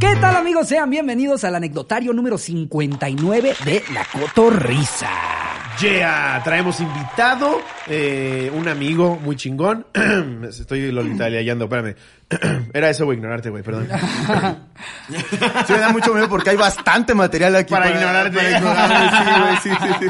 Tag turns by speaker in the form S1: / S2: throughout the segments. S1: ¿Qué tal amigos? Sean bienvenidos al anecdotario número 59 de La Cotorrisa.
S2: Yeah, traemos invitado, eh, un amigo muy chingón. Estoy lolitaleando, espérame. Era eso, güey, ignorarte, güey, perdón.
S3: Sí, me da mucho miedo porque hay bastante material aquí.
S2: Para ignorarte.
S3: Para ignorarme, sí, güey, sí, sí, sí.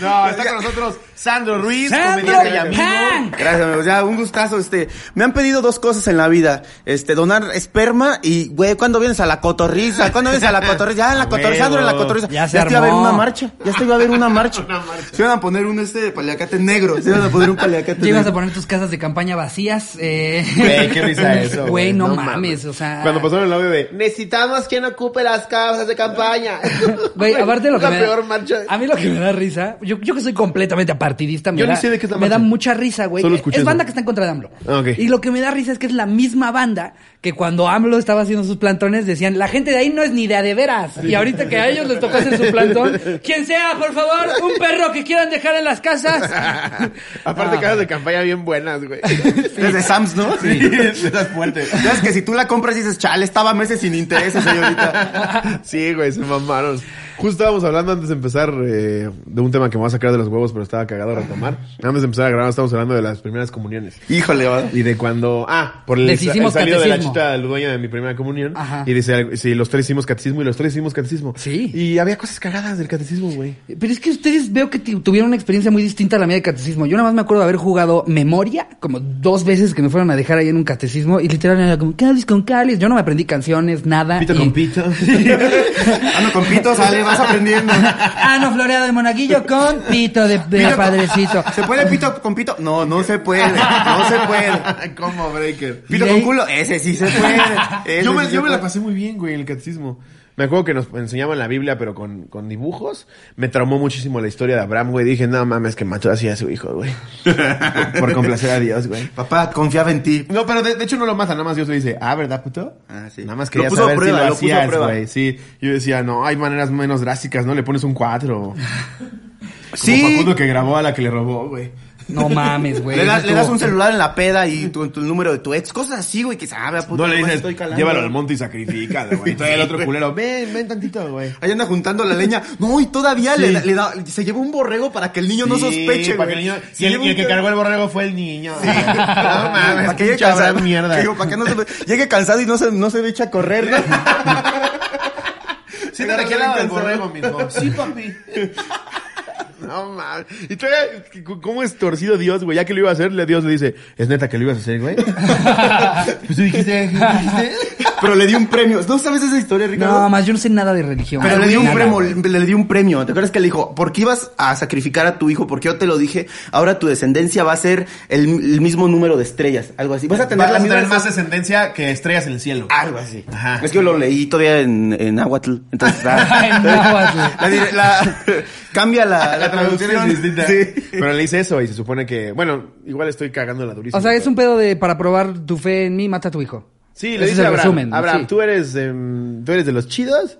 S2: No, está con nosotros Sandro Ruiz,
S1: Sandro
S2: comediante y amigo.
S1: Hank.
S3: Gracias, amigos. Ya, un gustazo. Este, me han pedido dos cosas en la vida. Este, donar esperma y, güey, ¿cuándo vienes a la cotorriza? ¿Cuándo vienes a la cotorriza? Ya, en la
S2: A
S3: cotorriza, Sandro, en la
S2: huevo.
S3: cotorriza.
S1: Ya se
S3: te iba a haber
S1: armó.
S3: una marcha. Ya te iba a haber una marcha. Se iban a poner un este paliacate negro. Se iban a poner un paliacate
S1: Llegas a
S3: negro.
S1: poner tus casas de campaña vacías. eh.
S2: Güey, qué risa eso,
S1: Güey,
S2: güey,
S1: no,
S2: no
S1: mames,
S2: mames.
S1: o sea.
S2: Cuando pasaron el audio de...
S4: Necesitamos quien ocupe las causas de campaña.
S1: Güey, aparte lo que
S4: La
S1: me
S4: peor
S1: da,
S4: marcha.
S1: A mí lo que me da risa, yo, yo que soy completamente apartidista, me,
S2: Yo
S1: da,
S2: ni sé de qué es la
S1: me da
S2: marcha.
S1: mucha risa, güey.
S2: Solo
S1: Es
S2: escuché eso.
S1: banda que está en contra de AMLO.
S2: Ah, ok.
S1: Y lo que me da risa es que es la misma banda que cuando AMLO estaba haciendo sus plantones decían, la gente de ahí no es ni de a de veras. Y ahorita que a ellos les toca hacer su plantón, quien sea, por favor, un perro que quieran dejar en las casas.
S2: Aparte,
S1: Ah.
S2: caras de campaña bien buenas, güey.
S3: Desde Sam's, ¿no? Sí, esas fuertes. Ya es que si tú la compras dices, chale, estaba meses sin intereses, señorita.
S2: Sí, güey, se mamaron. Justo estábamos hablando antes de empezar eh, de un tema que me va a sacar de los huevos, pero estaba cagado a retomar. Antes de empezar a grabar, estábamos hablando de las primeras comuniones.
S3: Híjole, va.
S2: Y de cuando, ah, por el,
S1: Les hicimos
S2: el salido de la
S1: catecismo.
S2: chita dueña de mi primera comunión.
S1: Ajá.
S2: Y dice, sí, los tres hicimos catecismo y los tres hicimos catecismo.
S1: Sí.
S2: Y había cosas cagadas del catecismo, güey.
S1: Pero es que ustedes veo que tu- tuvieron una experiencia muy distinta a la mía de catecismo. Yo nada más me acuerdo de haber jugado memoria como dos veces que me fueron a dejar ahí en un catecismo y literal era como cáliz con cáliz. Yo no me aprendí canciones, nada.
S2: Pito
S1: y-
S2: con pito.
S3: Ando Ah, con pito, sale, vas aprendiendo.
S1: Ano Ah, floreado de monaguillo con pito de, de
S3: Pito-
S1: padrecito.
S3: ¿Se puede pito con pito? No, no se puede. No se puede.
S2: Como breaker.
S3: ¿Pito
S1: Y de
S3: con
S1: ahí-
S3: culo? Ese sí se puede. Ese
S2: yo me,
S3: sí se
S2: yo me la
S3: puede.
S2: pasé muy bien, güey, en el catecismo. "Ah". Me acuerdo que nos enseñaban la Biblia, pero con, con dibujos. Me traumó muchísimo la historia de Abraham, güey. Dije, no mames, que mató así a su hijo, güey. Por- Por complacer a Dios, güey.
S3: Papá, confiaba en ti.
S2: No, pero de, de hecho no lo mata, nada más Dios le dice, ah, ¿verdad, puto?
S3: Ah, sí.
S2: Nada más
S3: Lo
S2: quería
S3: puso a
S2: saber si
S3: prueba,
S2: lo
S3: lo puso a
S2: hacías,
S3: prueba.
S2: güey. Sí, yo decía, no, hay maneras menos drásticas, ¿no? Le pones un 4. Como
S3: Sí.
S2: Facundo que grabó a la que le robó, güey.
S1: No mames, güey.
S3: Le,
S1: eso
S3: das- le das
S1: estuvo-
S3: un celular en la peda y tu, tu número de tu ex, cosas así, güey, que sabe, ah, puta,
S2: No le
S3: nomás
S2: dices,
S3: estoy calando.
S2: llévalo al monte y sacrificado, güey. Trae el otro
S3: güey.
S2: culero, ven, ven tantito, güey.
S3: Ahí anda juntando la leña. No, y todavía le,
S2: Sí.
S3: da- le da- se lleva un borrego para que el niño no
S2: Sí,
S3: sospeche,
S2: para que
S3: güey.
S2: el niño-
S3: Se
S2: y el,
S3: lleva
S2: y el
S3: un
S2: que
S3: ca-
S2: cargó el borrego fue el niño. No mames,
S3: Para que llegue
S2: pinche Abraham
S3: cansado.
S2: mierda.
S3: Digo, para que no se, llegue cansado y no se, no se eche a correr, ¿no?
S2: Sí,
S3: te requieren
S2: el
S3: cansado.
S2: borrego, mijo. Sí, papi. No mames. Y todavía, ¿cómo es torcido Dios, güey? Ya que lo iba a hacer, le- Dios le dice, ¿es neta que lo ibas a hacer, güey? pues tú dijiste,
S3: Pero le di un premio. ¿No sabes esa historia, Ricardo?
S1: No, más yo no sé nada de religión.
S3: Pero le dio un
S1: Nada,
S3: premio,
S1: güey.
S3: le, le dio un premio. ¿Te acuerdas que le dijo, ¿por qué ibas a sacrificar a tu hijo? Porque yo te lo dije, ahora tu descendencia va a ser el, el mismo número de estrellas, algo así. Vas a tener,
S2: Vas
S3: la
S2: a
S3: misma
S2: tener más descendencia que estrellas en el cielo.
S3: Algo así.
S2: Ajá.
S3: Es que yo lo leí todavía en, en Nahuatl. Entonces, la,
S1: En náhuatl.
S3: la dire- la- cambia la, la traducción. Sí.
S2: Pero le hice eso y se supone que, bueno, igual estoy cagando la durísima.
S1: O sea, es
S2: pero-
S1: un pedo de para probar tu fe en mí, mata a tu hijo.
S2: Sí,
S1: Ese
S2: le
S1: es
S2: dice
S1: el
S2: a Abraham,
S1: resumen,
S2: Abraham,
S1: sí.
S2: tú eres, em, tú eres de los chidos.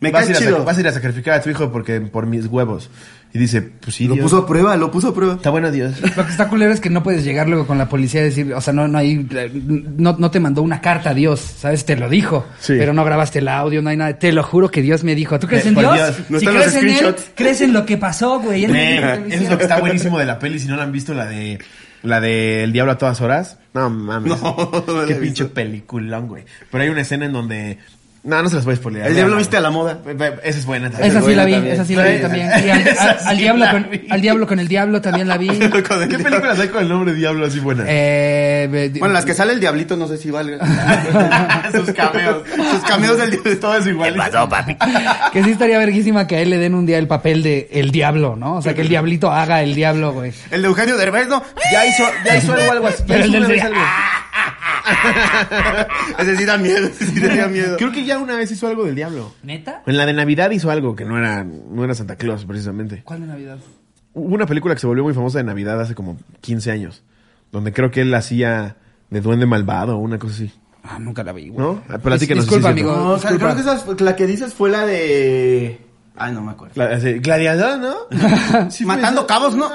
S3: Me
S2: vas, a
S3: cae
S2: ir a
S3: chido.
S2: sac- vas a ir a sacrificar a tu hijo porque por mis huevos. Y dice, pues sí,
S3: Lo
S2: Dios.
S3: puso a prueba, lo puso a prueba.
S2: Está bueno Dios.
S1: Lo que está culero es que no puedes llegar luego con la policía y decir, o sea, no, no hay, no, no te mandó una carta a Dios, ¿sabes? Te lo dijo,
S2: Sí.
S1: pero no grabaste el audio, no hay nada. Te lo juro que Dios me dijo. ¿Tú crees
S2: Eh,
S1: en
S2: por
S1: Dios?
S2: Dios,
S3: no
S1: si
S3: están los
S1: crees en él,
S3: screenshots.
S1: crees en lo que pasó, güey. Él me dijo que
S2: Ve,
S1: lo
S2: eso es lo
S1: hicieron.
S2: que está buenísimo de la peli. Si no la han visto, la de la de El Diablo a todas horas. No mames.
S3: No, no la
S2: Qué
S3: he
S2: pinche
S3: visto.
S2: peliculón, güey. Pero hay una escena en donde. No, no se las voy a spoilear.
S3: El diablo viste a la moda.
S2: Esa es buena también.
S1: Esa sí la vi,
S3: también.
S1: esa sí la vi
S2: Sí,
S1: también.
S2: esa-
S1: Y al,
S2: esa
S1: al- al
S2: sí
S1: diablo
S2: la
S1: con,
S2: vi.
S1: al diablo con el diablo también la vi.
S3: Con el
S2: ¿Qué
S3: diablo.
S2: películas hay con el nombre Diablo así buena?
S1: Eh, be- di-
S3: Bueno, las que sale el diablito no sé si valga.
S2: Sus cameos.
S3: Sus cameos del diablito.
S2: Todo es igual.
S1: que sí estaría verguísima que a él le den un día el papel de el diablo, ¿no? O sea, que el diablito haga el diablo, güey.
S3: El de Eugenio Derbez, ¿no?
S2: Ya hizo, ya hizo algo, algo así. Ya
S1: Pero
S2: hizo
S1: el
S2: una
S1: del-
S2: vez algo.
S3: Ese sí da miedo, ese sí da miedo.
S2: Creo que ya una vez hizo algo del diablo.
S1: ¿Neta?
S2: En la de Navidad hizo algo que no era, no era Santa Claus, precisamente.
S1: ¿Cuál de Navidad?
S2: Hubo una película que se volvió muy famosa de Navidad hace como 15 años, donde creo que él hacía de duende malvado o una cosa así,
S1: Ah, nunca la vi, güey.
S2: ¿no? Ah, Platícanos.
S1: Disculpa,
S2: sí, sí,
S1: amigo.
S3: No, o sea,
S1: Disculpa.
S3: creo que esa, la que dices fue la de... Ay, no me acuerdo.
S2: sí. La- así, gladiador, ¿no? Sí,
S3: Matando
S2: pues,
S3: cabos, ¿no?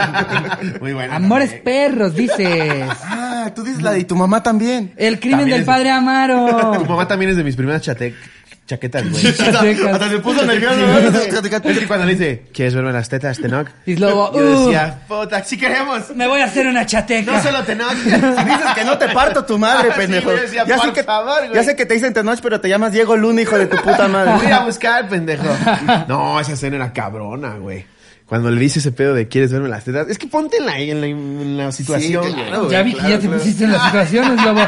S2: Muy bueno.
S1: Amores perros, dices.
S3: Ah, tú dices la de y tu mamá también.
S1: El crimen
S2: También
S1: del
S2: es-
S1: padre
S2: Tu
S1: Amaro.
S2: mamá también es de mis primeras chate- chaquetas, güey.
S3: Hasta se puso nervioso.
S2: Es que cuando le dice, ¿quieres verme las tetas, Tenoch?
S1: Y luego,
S2: Yo
S1: "Uh".
S2: decía, puta, sí queremos.
S1: Me voy a hacer una chateca.
S2: No solo Tenoch.
S3: Si dices que no te parto tu madre,
S2: Ah, sí,
S3: pendejo.
S2: güey, decía,
S3: ya, sé
S2: por
S3: que,
S2: favor, güey.
S3: ya sé que te dicen Tenoch, pero te llamas Diego Luna, hijo de tu
S2: Voy
S3: puta
S2: a
S3: madre.
S2: buscar, pendejo. No, esa escena era cabrona, güey. Cuando le dice ese pedo de quieres verme las tetas, es que ponte en la, en la, en la situación,
S3: Sí,
S2: güey.
S3: claro,
S1: ya vi que ya te pusiste en las situaciones, lobo.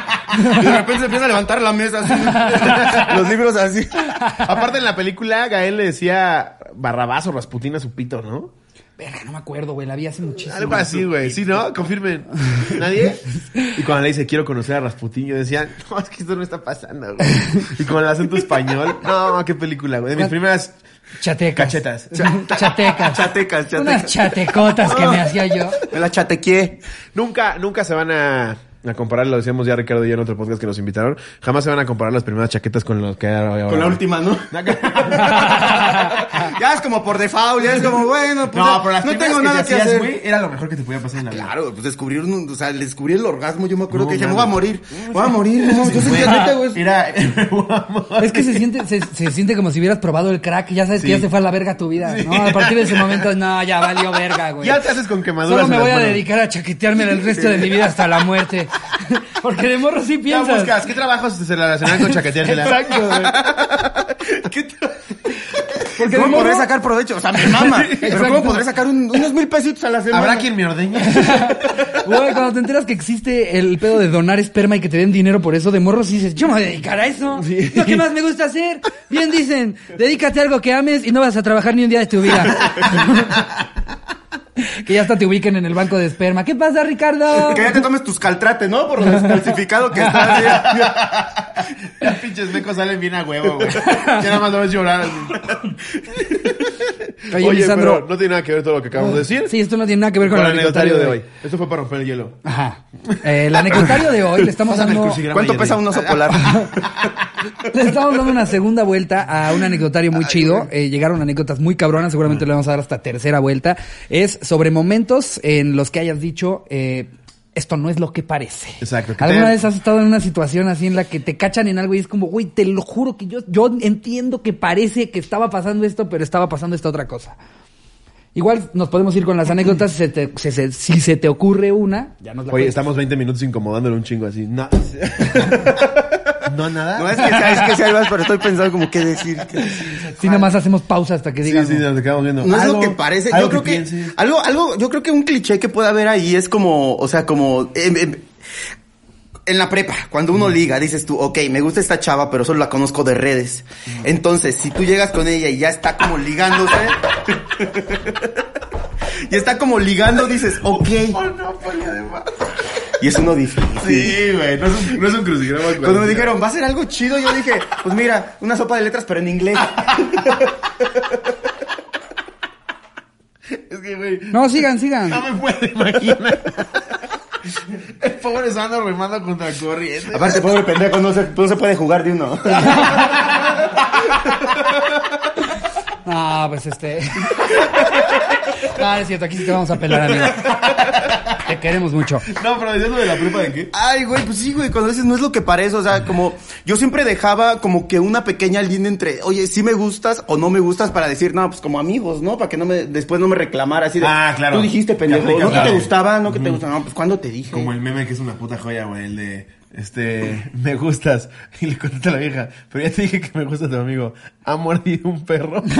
S3: Y de repente se empieza a levantar la mesa así. Los libros así.
S2: Aparte en la película, Gael le decía Barrabazo, Rasputín a su pito, ¿no?
S1: Verga, no me acuerdo, güey. La vi hace muchísimo.
S2: Algo así, güey. Sí, ¿no? Confirmen. ¿Nadie? Y cuando le dice, quiero conocer a Rasputín, yo decía, no, es que esto no está pasando, güey. Y con el acento español, no, qué película, güey. De mis primeras
S1: Chatecas.
S2: Cachetas.
S1: Cha- Chatecas.
S3: Chatecas, chatecas.
S1: Unas chatecotas que me hacía yo.
S3: Me la chatequé.
S2: Nunca, nunca se van a, a comparar, lo decíamos ya Ricardo y yo en otro podcast que nos invitaron, jamás se van a comparar las primeras chaquetas con las que hay ahora.
S3: Con la última, ¿no? ya es como por default, ya es como, bueno, pues
S2: No, pero las
S3: no
S2: primeras
S3: tengo
S2: que
S3: nada
S2: te
S3: que
S2: hacías,
S3: hacer.
S2: güey, era lo mejor que te podía pasar en la vida.
S3: Claro, pues descubrir, un- o sea, el descubrir el orgasmo, yo me acuerdo
S2: No,
S3: que dije, me voy
S2: mames.
S3: a morir, voy a morir, no, yo soy chateta, güey.
S2: Era, vamos.
S1: Es que se siente, se, se siente como si hubieras probado el crack. Ya sabes que ya se fue a la verga tu vida. No, a partir de ese momento, no, ya valió verga, güey.
S2: Ya te haces con quemaduras.
S1: Solo me
S2: en las
S1: voy a
S2: manos.
S1: dedicar a chaquetearme el resto de mi vida hasta la muerte. Porque de morro sí
S2: Ya
S1: piensas.
S2: buscas, ¿qué trabajos se relacionan con chaqueteártela?
S1: Exacto, güey. Porque de
S3: ¿Cómo podré
S1: morro,
S3: sacar provecho? O sea, me mama. Pero
S1: Exacto.
S3: ¿cómo podré sacar un- unos mil pesitos a la semana?
S2: ¿Habrá quien me ordeñe?
S1: güey, cuando te enteras que existe el pedo de donar esperma y que te den dinero por eso, de morro sí dices, yo me voy a dedicar a eso. Es Lo que más me gusta hacer. Bien dicen, dedícate a algo que ames y no vas a trabajar ni un día de tu vida. que ya hasta te ubiquen en el banco de esperma. ¿Qué pasa, Ricardo?
S3: Que ya te tomes tus caltrates, ¿no? Por lo descalcificado que estás. ¿sí?
S2: Los pinches mecos salen bien a huevo, güey. Ya nada más lo ves llorar. así.
S1: Oye, Lisandro.
S2: pero no tiene nada que ver todo lo que acabamos de decir.
S1: Sí, esto no tiene nada que ver con,
S2: Con el
S1: el
S2: anecdotario de hoy. Esto fue para romper el hielo.
S1: Ajá. Eh, el anecdotario de hoy le estamos
S2: Pásame el
S1: dando.
S2: crucigrama,
S3: ¿Cuánto
S2: Jerry.
S3: pesa un oso polar?
S1: Le estamos dando una segunda vuelta a un anecdotario muy chido. Eh, llegaron anécdotas muy cabronas,
S2: Ah.
S1: seguramente le vamos a dar hasta tercera vuelta. Es sobre momentos en los que hayas dicho, eh, esto no es lo que parece.
S2: Exacto, que
S1: ¿Alguna
S2: te-
S1: vez has estado en una situación así en la que te cachan en algo y es como, güey, te lo juro que yo, yo entiendo que parece que estaba pasando esto, pero estaba pasando esta otra cosa? Igual nos podemos ir con las anécdotas. se te- se- se- si se te ocurre una, ya nos la
S2: Oye,
S1: cuentas.
S2: estamos 20 minutos incomodándole un chingo así. No. no nada.
S3: No es que sea, es que sea algo, pero estoy pensando como qué decir. qué decir.
S1: Si nada más hacemos pausa hasta que
S2: Sí,
S1: digan.
S2: sí, nos quedamos viendo.
S3: No es lo
S2: Algo-
S3: que parece.
S2: algo
S3: Yo creo que,
S2: pienses.
S3: algo, algo, yo creo que un cliché que puede haber ahí es como, o sea, como em, em, en la prepa, cuando uno liga, dices tú, ok, me gusta esta chava, pero solo la conozco de redes. Entonces, si tú llegas con ella y ya está como ligándose. y está como ligando, dices, ok.
S2: pues,
S3: Y es uno difícil.
S2: Sí, güey. No es un, no es un crucigrama. güey.
S3: Cuando me dijeron, va a ser algo chido, yo dije, pues mira, una sopa de letras, pero en inglés.
S2: Es que, güey.
S1: No, sigan, sigan.
S2: No me puedo imaginar. el pobre Sandro remando contra el corriente.
S3: Aparte, pobre pendejo, no se, no se puede jugar de uno.
S1: No, pues este. No, no es cierto, aquí sí te vamos a pelar, amigo. Te queremos mucho.
S2: No, pero decías lo de la prepa de qué.
S3: Ay, güey, pues sí, güey, cuando dices no es lo que parece, o sea, como yo siempre dejaba como que una pequeña línea entre, oye, sí me gustas o no me gustas para decir, no, pues como amigos, ¿no? Para que no me, después no me reclamara así de,
S2: Ah, claro.
S3: tú dijiste, pendejo,
S2: Que
S3: no
S2: aplicas,
S3: que te
S2: claro.
S3: gustaba, no que te gustaba, no, pues cuando te dije.
S2: Como el meme que es una puta joya, güey, el de este, me gustas. Y le contesta a la vieja, pero ya te dije que me gusta tu amigo. Ha mordido un perro.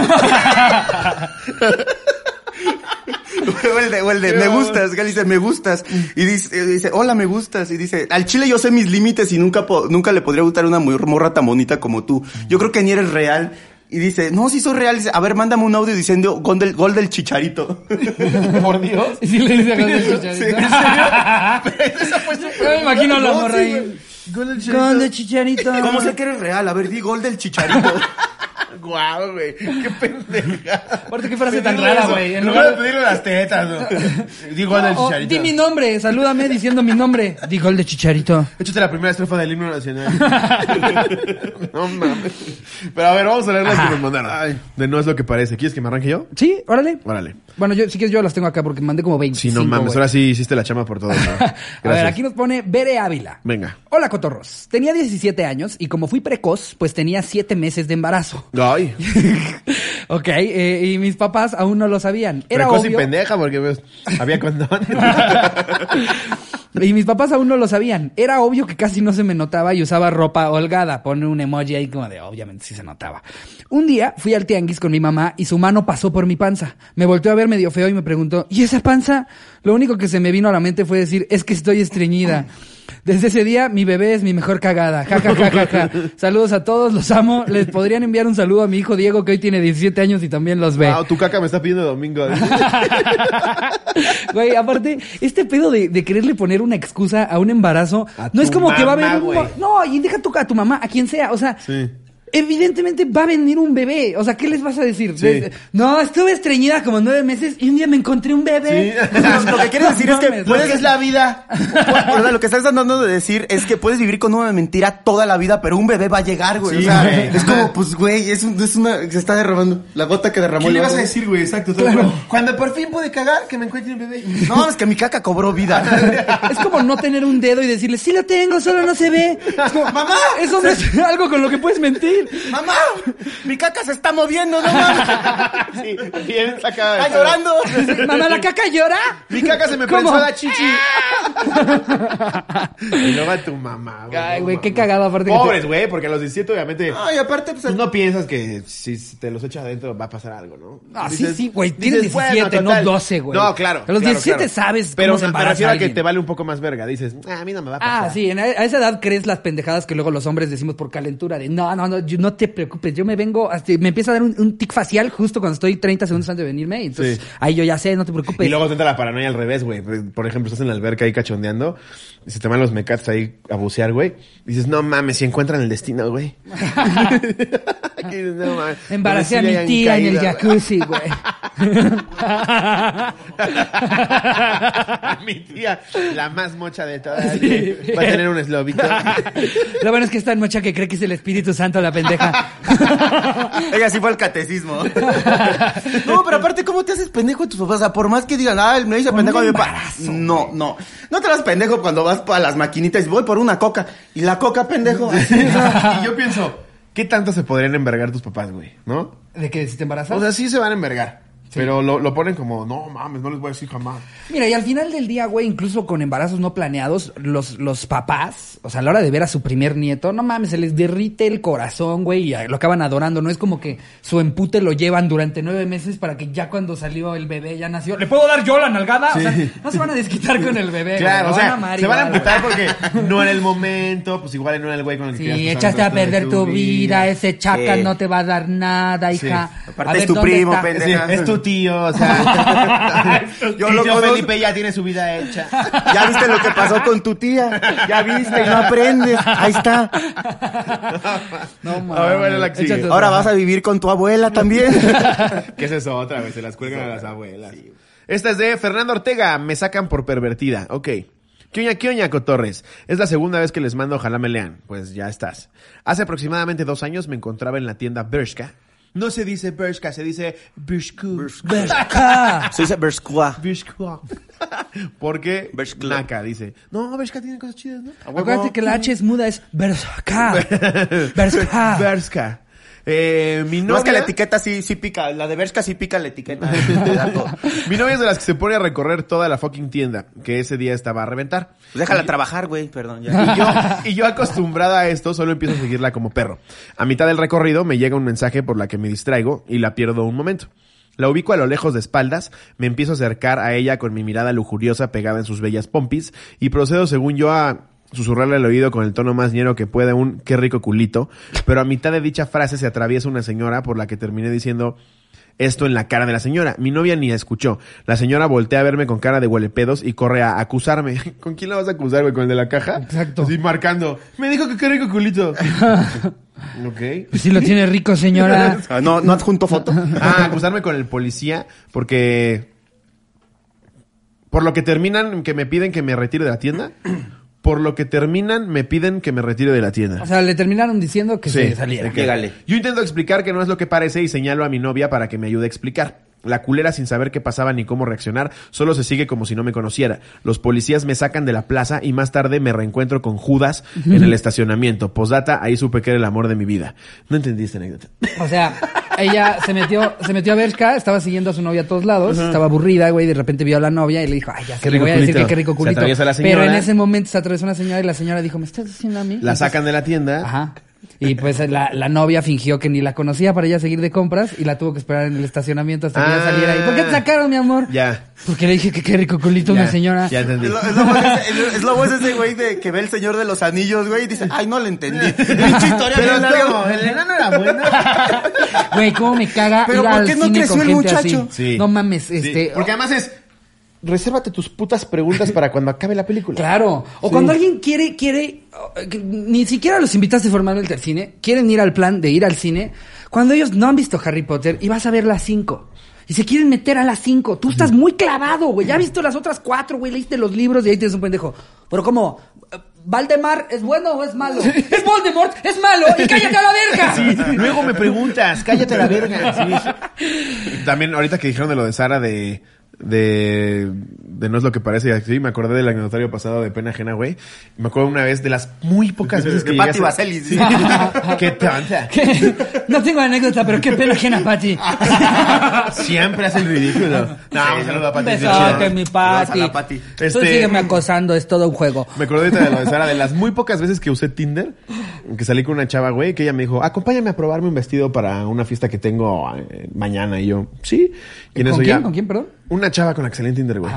S3: o el de, o el de, me gustas, que le dice, me gustas, y dice, eh, dice, hola, me gustas, y dice, al chile yo sé mis límites y nunca, po- nunca le podría gustar una mor- morra tan bonita como tú. Yo creo que ni eres real. Y dice, no, si soy real, dice, a ver, mándame un audio diciendo gol del, gol del chicharito.
S2: ¿Por Dios?
S1: Y si le dice algo de chicharito. Yo me imagino a la
S3: No,
S1: morra
S3: sí,
S1: ahí.
S3: güey.
S2: Gol del
S1: Con de chicharito.
S3: ¿Cómo sé que eres real? A ver, di gol del chicharito.
S2: Guau, güey. Qué pendeja.
S1: Aparte, qué frase tan rara, güey. En
S2: En lugar de
S1: lugar-
S2: pedirle las tetas, ¿no? Digo, del
S1: O,
S2: chicharito.
S1: di mi nombre, salúdame diciendo mi nombre. Dijo el de Chicharito.
S2: Échate la primera estrofa del himno nacional. no mames. Pero a ver, vamos a leer las que nos mandaron. De no es lo que parece. ¿Quieres que me arranque yo?
S1: Sí, órale.
S2: Órale.
S1: Bueno, yo, si quieres, yo las tengo acá porque mandé como 20.
S2: Sí, no mames. Ahora sí hiciste la chama por todo. ¿no?
S1: A ver,
S2: Gracias.
S1: aquí nos pone Bere Ávila.
S2: Venga.
S1: Hola, cotorros. Tenía 17 años y como fui precoz, pues tenía 7 meses de embarazo.
S2: Ay,
S1: ok, eh, y mis papás aún no lo sabían. Era
S2: precoz y
S1: obvio.
S2: pendeja porque pues, había condón.
S1: Y mis papás aún no lo sabían. Era obvio que casi no se me notaba y usaba ropa holgada. Pone un emoji ahí como de obviamente sí se notaba. Un día fui al tianguis con mi mamá y su mano pasó por mi panza. Me volteó a ver medio feo y me preguntó, ¿y esa panza? Lo único que se me vino a la mente fue decir, es que estoy estreñida. Desde ese día, mi bebé es mi mejor cagada. Ja, ja, ja, ja, ja. Saludos a todos, los amo. Les podrían enviar un saludo a mi hijo Diego, que hoy tiene 17 años y también los ve.
S2: Wow, Ah, tu caca me está pidiendo domingo.
S1: Güey, aparte, este pedo de, de quererle poner una excusa a un embarazo,
S2: A
S1: no es
S2: tu
S1: como que va a
S2: mamá,
S1: haber un...
S2: güey.
S1: No, y deja tu, a tu mamá, a quien sea, o sea...
S2: Sí.
S1: Evidentemente va a venir un bebé. O sea, ¿qué les vas a decir?
S2: Sí.
S1: De- No, estuve estreñida como nueve meses y un día me encontré un bebé.
S2: Sí.
S3: Lo que quieres decir es que
S1: mames,
S3: puedes-
S4: es la vida.
S3: O sea, lo que estás tratando de decir es que puedes vivir con una mentira toda la vida, pero un bebé va a llegar, güey.
S2: Sí,
S3: o sea,
S2: güey.
S3: es como, pues, güey, es, un- es una. Se está derramando. La gota que derramó
S2: ¿Qué le
S3: el
S2: vas a
S3: vaso.
S2: decir, güey? Exacto. todo el cuerpo. Cuando por fin pude cagar, que me encuentre un bebé.
S3: No, es que mi caca cobró vida.
S1: Es como no tener un dedo y decirle, sí lo tengo, solo no se ve. Es como,
S3: Mamá.
S1: Eso no es algo con lo que puedes mentir.
S3: ¡Mamá! ¡Mi caca se está moviendo, no mames!
S2: Sí, bien sacada. de
S3: ¡Está
S2: pedo.
S3: llorando!
S1: Mamá, ¿la caca llora?
S2: Mi caca se me
S1: ¿Cómo? ¡Ah!
S2: prensó la chichi. y luego a tu mamá, güey.
S1: Ay,
S2: no
S1: güey, qué
S2: mames.
S1: cagado aparte. que te-
S2: Pobres, güey, porque a los 17 obviamente...
S3: No, y aparte, pues.
S2: Tú no piensas que si te los echas adentro va a pasar algo, ¿no?
S1: Ah, sí,
S2: Dices-
S1: sí, güey, tienes
S2: dices, bueno,
S1: 17, no
S2: total.
S1: 12, güey.
S2: No, claro.
S1: A los
S2: claro,
S1: 17
S2: claro.
S1: sabes cómo
S2: Pero
S1: se
S2: me- me
S1: embaraza
S2: refiero a que
S1: alguien.
S2: te vale un poco más verga. Dices, ah, a mí no me va a pasar.
S1: Ah, sí, en- a esa edad crees las pendejadas que luego los hombres decimos por calentura de no, no, no, yo- no te preocupes, yo me vengo, hasta, me empieza a dar un, un tic facial justo cuando estoy 30 segundos antes de venirme, y entonces
S2: Sí.
S1: ahí yo ya sé, no te preocupes.
S2: Y luego te entra la paranoia al revés, güey. Pues, Por ejemplo, estás en la alberca ahí cachondeando y se te van los mecates ahí a bucear, güey. Y dices, no mames, si encuentran el destino, güey. Y dices, no mames.
S1: Embaracé a mi
S2: Donde sí hayan
S1: tía en el
S2: caído, güey.
S1: jacuzzi, güey.
S2: mi tía, la más mocha de todas,
S1: Sí.
S2: güey, va a tener un slobito.
S1: Lo bueno es que está en mocha que cree que es el Espíritu Santo la pendeja.
S3: Ella sí fue al catecismo. No, pero aparte, ¿cómo te haces pendejo de tus papás? O sea, por más que digan, ah, me dice
S1: Con
S3: pendejo a
S1: un
S3: mi papá.
S1: embarazo,
S3: No, no. No te vas pendejo cuando vas para las maquinitas y voy por una coca. Y la coca, pendejo. así, o sea,
S2: y yo pienso, ¿qué tanto se podrían envergar tus papás, güey? ¿No?
S1: ¿De que si te embarazas?
S2: O sea, sí se van a envergar. Pero lo, lo ponen como, no mames, no les voy a decir jamás.
S1: Mira, y al final del día, güey, incluso con embarazos no planeados, los, los papás, o sea, a la hora de ver a su primer nieto, no mames, se les derrite el corazón, güey, y lo acaban adorando. No es como que su empute lo llevan durante nueve meses para que ya cuando salió el bebé ya nació. ¿Le puedo dar yo la nalgada? O sea, no se van a desquitar con el bebé.
S2: Claro, o
S1: güey, lo
S2: sea,
S1: amar
S2: se van a
S1: igual, güey.
S2: amputar porque no era el momento, pues igual no era el güey con el que querías
S1: Sí,
S2: pasar el
S1: echaste a
S2: resto de
S1: perder tu vida, ese chaca
S3: Sí.
S1: no te va a dar nada, hija.
S3: Aparte
S1: A
S3: es tu
S1: ¿dónde
S3: primo, pendejo.
S2: Sí, es tu tío, o sea.
S3: Yo
S2: yo
S3: lo
S2: lo
S3: conozco.
S2: Felipe ya tiene su vida hecha.
S3: ya viste lo que pasó con tu tía. Ya viste, no aprendes. Ahí está.
S1: No,
S2: A ver,
S1: mames.
S2: bueno, la que sigue.
S1: Échate
S3: Ahora vas a vivir con tu abuela también.
S2: ¿Qué es eso otra vez? Se las cuelgan a las abuelas. Esta es de Fernando Ortega. Me sacan por pervertida. Ok. ¿Qué oña, qué oña, cotorres? Es la segunda vez que les mando, ojalá me lean. Pues ya estás. Hace aproximadamente dos años me encontraba en la tienda Bershka. No se dice Bershka, se dice Bershku.
S1: Bershka.
S3: Se dice Berskua.
S2: Bershka. Porque
S3: Bershka.
S2: Naka dice, no, Bershka tiene cosas chidas, ¿no?
S1: Acuérdate que la H es muda, es Bershka. Bershka.
S2: Bershka. Eh, mi
S3: No es que la
S2: novia-
S3: etiqueta sí, sí pica. La de Berska sí pica la etiqueta.
S2: Mi novia es de las que se pone a recorrer toda la fucking tienda, que ese día estaba a reventar.
S3: Pues Déjala trabajar, güey. Perdón, ya.
S2: Y yo, y yo acostumbrada a esto, solo empiezo a seguirla como perro. A mitad del recorrido me llega un mensaje por la que me distraigo y la pierdo un momento. La ubico a lo lejos de espaldas, me empiezo a acercar a ella con mi mirada lujuriosa pegada en sus bellas pompis y procedo según yo a susurrarle al oído con el tono más ñero que pueda un qué rico culito, pero a mitad de dicha frase se atraviesa una señora por la que terminé diciendo esto en la cara de la señora. Mi novia ni escuchó. La señora voltea a verme con cara de huelepedos y corre a acusarme. ¿Con quién la vas a acusar, güey? ¿Con el de la caja?
S1: Exacto.
S2: Así marcando. Me dijo que qué rico culito. ok.
S1: Si Pues lo tiene rico, señora.
S3: Ah, no, no adjunto foto.
S2: Ah, acusarme con el policía porque... Por lo que terminan, que me piden que me retire de la tienda. Por lo que terminan, me piden que me retire de la tienda.
S1: O sea, le terminaron diciendo que
S2: Sí,
S1: se saliera.
S2: de que-
S4: Llégale.
S2: Yo intento explicar que no es lo que parece y señalo a mi novia para que me ayude a explicar. La culera sin saber qué pasaba ni cómo reaccionar, solo se sigue como si no me conociera. Los policías me sacan de la plaza y más tarde me reencuentro con Judas en el estacionamiento. Postdata, ahí supe que era el amor de mi vida. No entendí esta anécdota.
S1: O sea, ella se metió, se metió a Bershka, estaba siguiendo a su novia a todos lados, estaba aburrida, güey, y de repente vio a la novia y le dijo, ay, ya
S2: Qué
S1: sé, le
S2: rico
S1: voy a decir
S2: culito.
S1: que qué rico
S2: Se
S1: culito.
S2: atraviesa la
S1: Pero en
S2: señora.
S1: ese momento se atravesó una señora y la señora dijo, ¿me estás diciendo a mí?
S2: La sacan de la tienda.
S1: Ajá. Y pues la, la novia fingió que ni la conocía para ella seguir de compras y la tuvo que esperar en el estacionamiento hasta que ella
S2: Ah.
S1: saliera. ¿Y por qué te sacaron, mi amor?
S2: Ya.
S1: Porque le dije que qué rico culito
S2: ya,
S1: una señora.
S2: Ya entendí.
S3: Es lo- es lo bueno ese- es- es lo bueno ese güey de que ve el señor de los anillos, güey, y dice, ay, no le entendí. Pinche historia
S2: Pero
S3: bien
S2: luego,
S3: larga.
S2: el enano era bueno.
S1: Güey, cómo me caga
S3: Pero
S1: ir
S3: ¿por
S1: al
S3: qué no
S1: cine
S3: creció
S1: con
S3: el
S1: gente
S3: muchacho?
S1: así. No mames, este...
S2: Sí, Porque además es... Resérvate tus putas preguntas para cuando acabe la película.
S1: Claro. O cuando alguien quiere, quiere, eh, que ni siquiera los invitaste formalmente al cine, quieren ir al plan de ir al cine, cuando ellos no han visto Harry Potter y vas a ver las cinco. Y se quieren meter a las cinco. Tú estás muy clavado, güey. Ya has visto las otras cuatro, güey. Leíste los libros y ahí tienes un pendejo. Pero ¿cómo? Eh, ¿Valdemar es bueno o es malo? ¡Es Voldemort! ¡Es malo! ¡Y cállate a la verga!
S2: Luego me preguntas, cállate la verga. También ahorita que dijeron de lo de Sara de de, de no es lo que parece y así me acordé del anecdotario pasado de pena ajena güey me acuerdo una vez de las muy pocas veces que
S3: De
S2: llegué a
S3: Patti
S2: ser-
S3: Vaselis, sí.
S2: qué tonta
S1: ¿Qué? No tengo anécdota, pero qué pena ajena, Pati.
S2: siempre hace el ridículo no un saludo a
S1: Un
S2: Pati
S1: besote, mi
S3: Saludos a
S1: Pati.
S3: la Pati.
S1: Tú
S2: Este-
S1: sígueme acosando, es todo un juego.
S2: Me acordé ahorita de lo de Sara, de las muy pocas veces que usé Tinder, que salí con una chava, güey, que ella me dijo, acompáñame a probarme un vestido para una fiesta que tengo eh, mañana. Y yo, sí. Y
S1: ¿Con
S2: en eso
S1: quién?
S2: ya-
S1: ¿Con quién, perdón? Ah.
S2: Una chava con excelente Tinder, güey.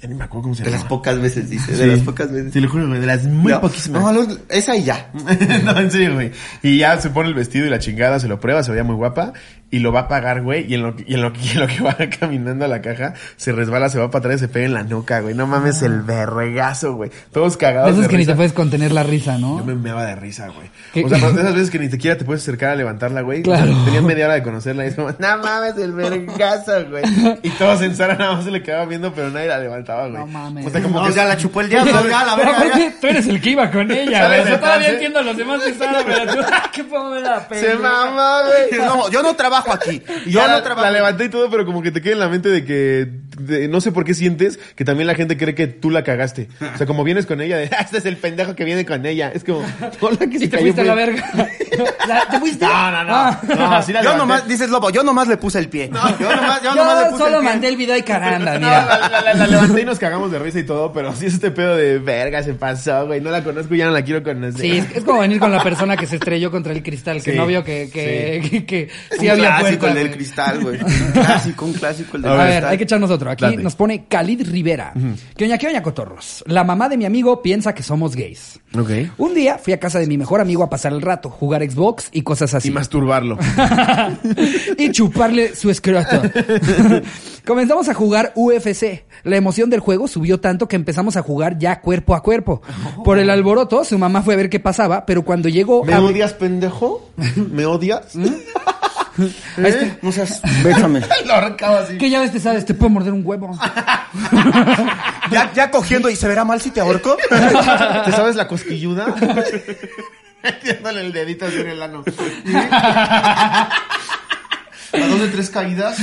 S2: Ya ni me acuerdo cómo se
S3: De
S2: llama.
S3: las pocas veces, dice, de las pocas veces.
S2: Te lo juro, güey, de las muy
S3: No,
S2: poquísimas.
S3: No, los- esa y ya.
S2: no, en serio, güey. Y ya se pone el vestido y la chingada, se lo prueba, se veía muy guapa. Y lo va a pagar, güey. Y en lo, que- y en lo, que- y en lo que va caminando a la caja, se resbala, se va para atrás y se pega en la nuca, güey. No mames, el verregazo, güey. Todos cagados.
S1: Eso es
S2: de
S1: que ni te
S2: risa.
S1: puedes contener la risa, ¿no?
S2: Yo me meaba de risa, güey.
S1: ¿Qué?
S2: O sea, pero de esas veces que ni siquiera te puedes acercar a levantarla, güey.
S1: Claro.
S2: O sea, tenía media hora de conocerla y es como, no mames, el vergazo, güey. Y todos en Sara nada más se le quedaban viendo, pero nadie la levantaba, güey.
S1: No mames.
S2: O sea, como
S3: No,
S2: que
S3: ya la chupó el diablo, ya Ah, la verga.
S1: Pero
S3: ya.
S1: aparte, tú eres el que iba con ella.
S2: ¿Sabes?
S1: güey. O sea, todavía
S2: Entonces-
S1: entiendo a los demás que estaban, pero tú, ¡ah, qué pobre la
S2: se
S1: pena.
S2: mamó, güey.
S3: No, yo no trabajo aquí. Yo
S2: Ya
S3: no
S2: la-
S3: trabajo.
S2: La levanté y todo, pero como que te queda en la mente de que de- no sé por qué sientes que también la gente cree que tú la cagaste. O sea, como vienes con ella, de, "Ah, este es el pendejo que viene con ella. Es como, hola, que se
S1: Y te
S2: cayó,
S1: fuiste a la
S2: güey".
S1: verga. La- ¿Te fuiste?
S2: No, no, no.
S1: Ah.
S2: No, sí la
S3: Yo
S2: levanté.
S3: nomás, dices Lobo, yo nomás le puse el pie. Yo nomás, yo
S1: Yo,
S3: nomás le puse
S1: solo
S3: el pie.
S1: mandé el video y caranda,
S2: No,
S1: mira.
S2: la, la- la- la levanté y nos cagamos de risa y todo, pero sí es este pedo de verga, se pasó, güey. No la conozco y ya no la quiero conocer.
S1: Sí, es, es como venir con la persona que se estrelló contra el cristal, que
S2: Sí,
S1: no vio que, que, que, que sí
S3: un
S1: había
S3: clásico
S1: puerta.
S3: el del
S1: güey.
S3: cristal, güey. Un clásico, un clásico el del
S1: A
S3: cristal.
S1: ver, hay que echarnos otro. Aquí
S2: Date.
S1: nos pone Khalid Rivera. Que oña, que oña, cotorros. La mamá de mi amigo piensa que somos gays.
S2: Ok.
S1: Un día fui a casa de mi mejor amigo a pasar el rato, jugar Xbox y cosas así.
S2: Y masturbarlo.
S1: y chuparle su escroto. Comenzamos a jugar UFC. La emoción del juego subió tanto que empezamos a jugar ya cuerpo a cuerpo. Por
S3: Oh.
S1: el alboroto, su mamá fue a ver qué pasaba, pero cuando llegó...
S2: ¿Me
S1: a-
S2: odias, pendejo? ¿Me odias?
S1: a este-
S3: No seas, béchame.
S2: Lo arrancaba así.
S1: ¿Qué llaves te sabes? Te puedo morder un huevo.
S3: Ya, ya cogiendo, ¿y se verá mal si te ahorco?
S2: ¿Te sabes la cosquilluda? Metiéndole el dedito así en el ano. ¿A dos de tres caídas?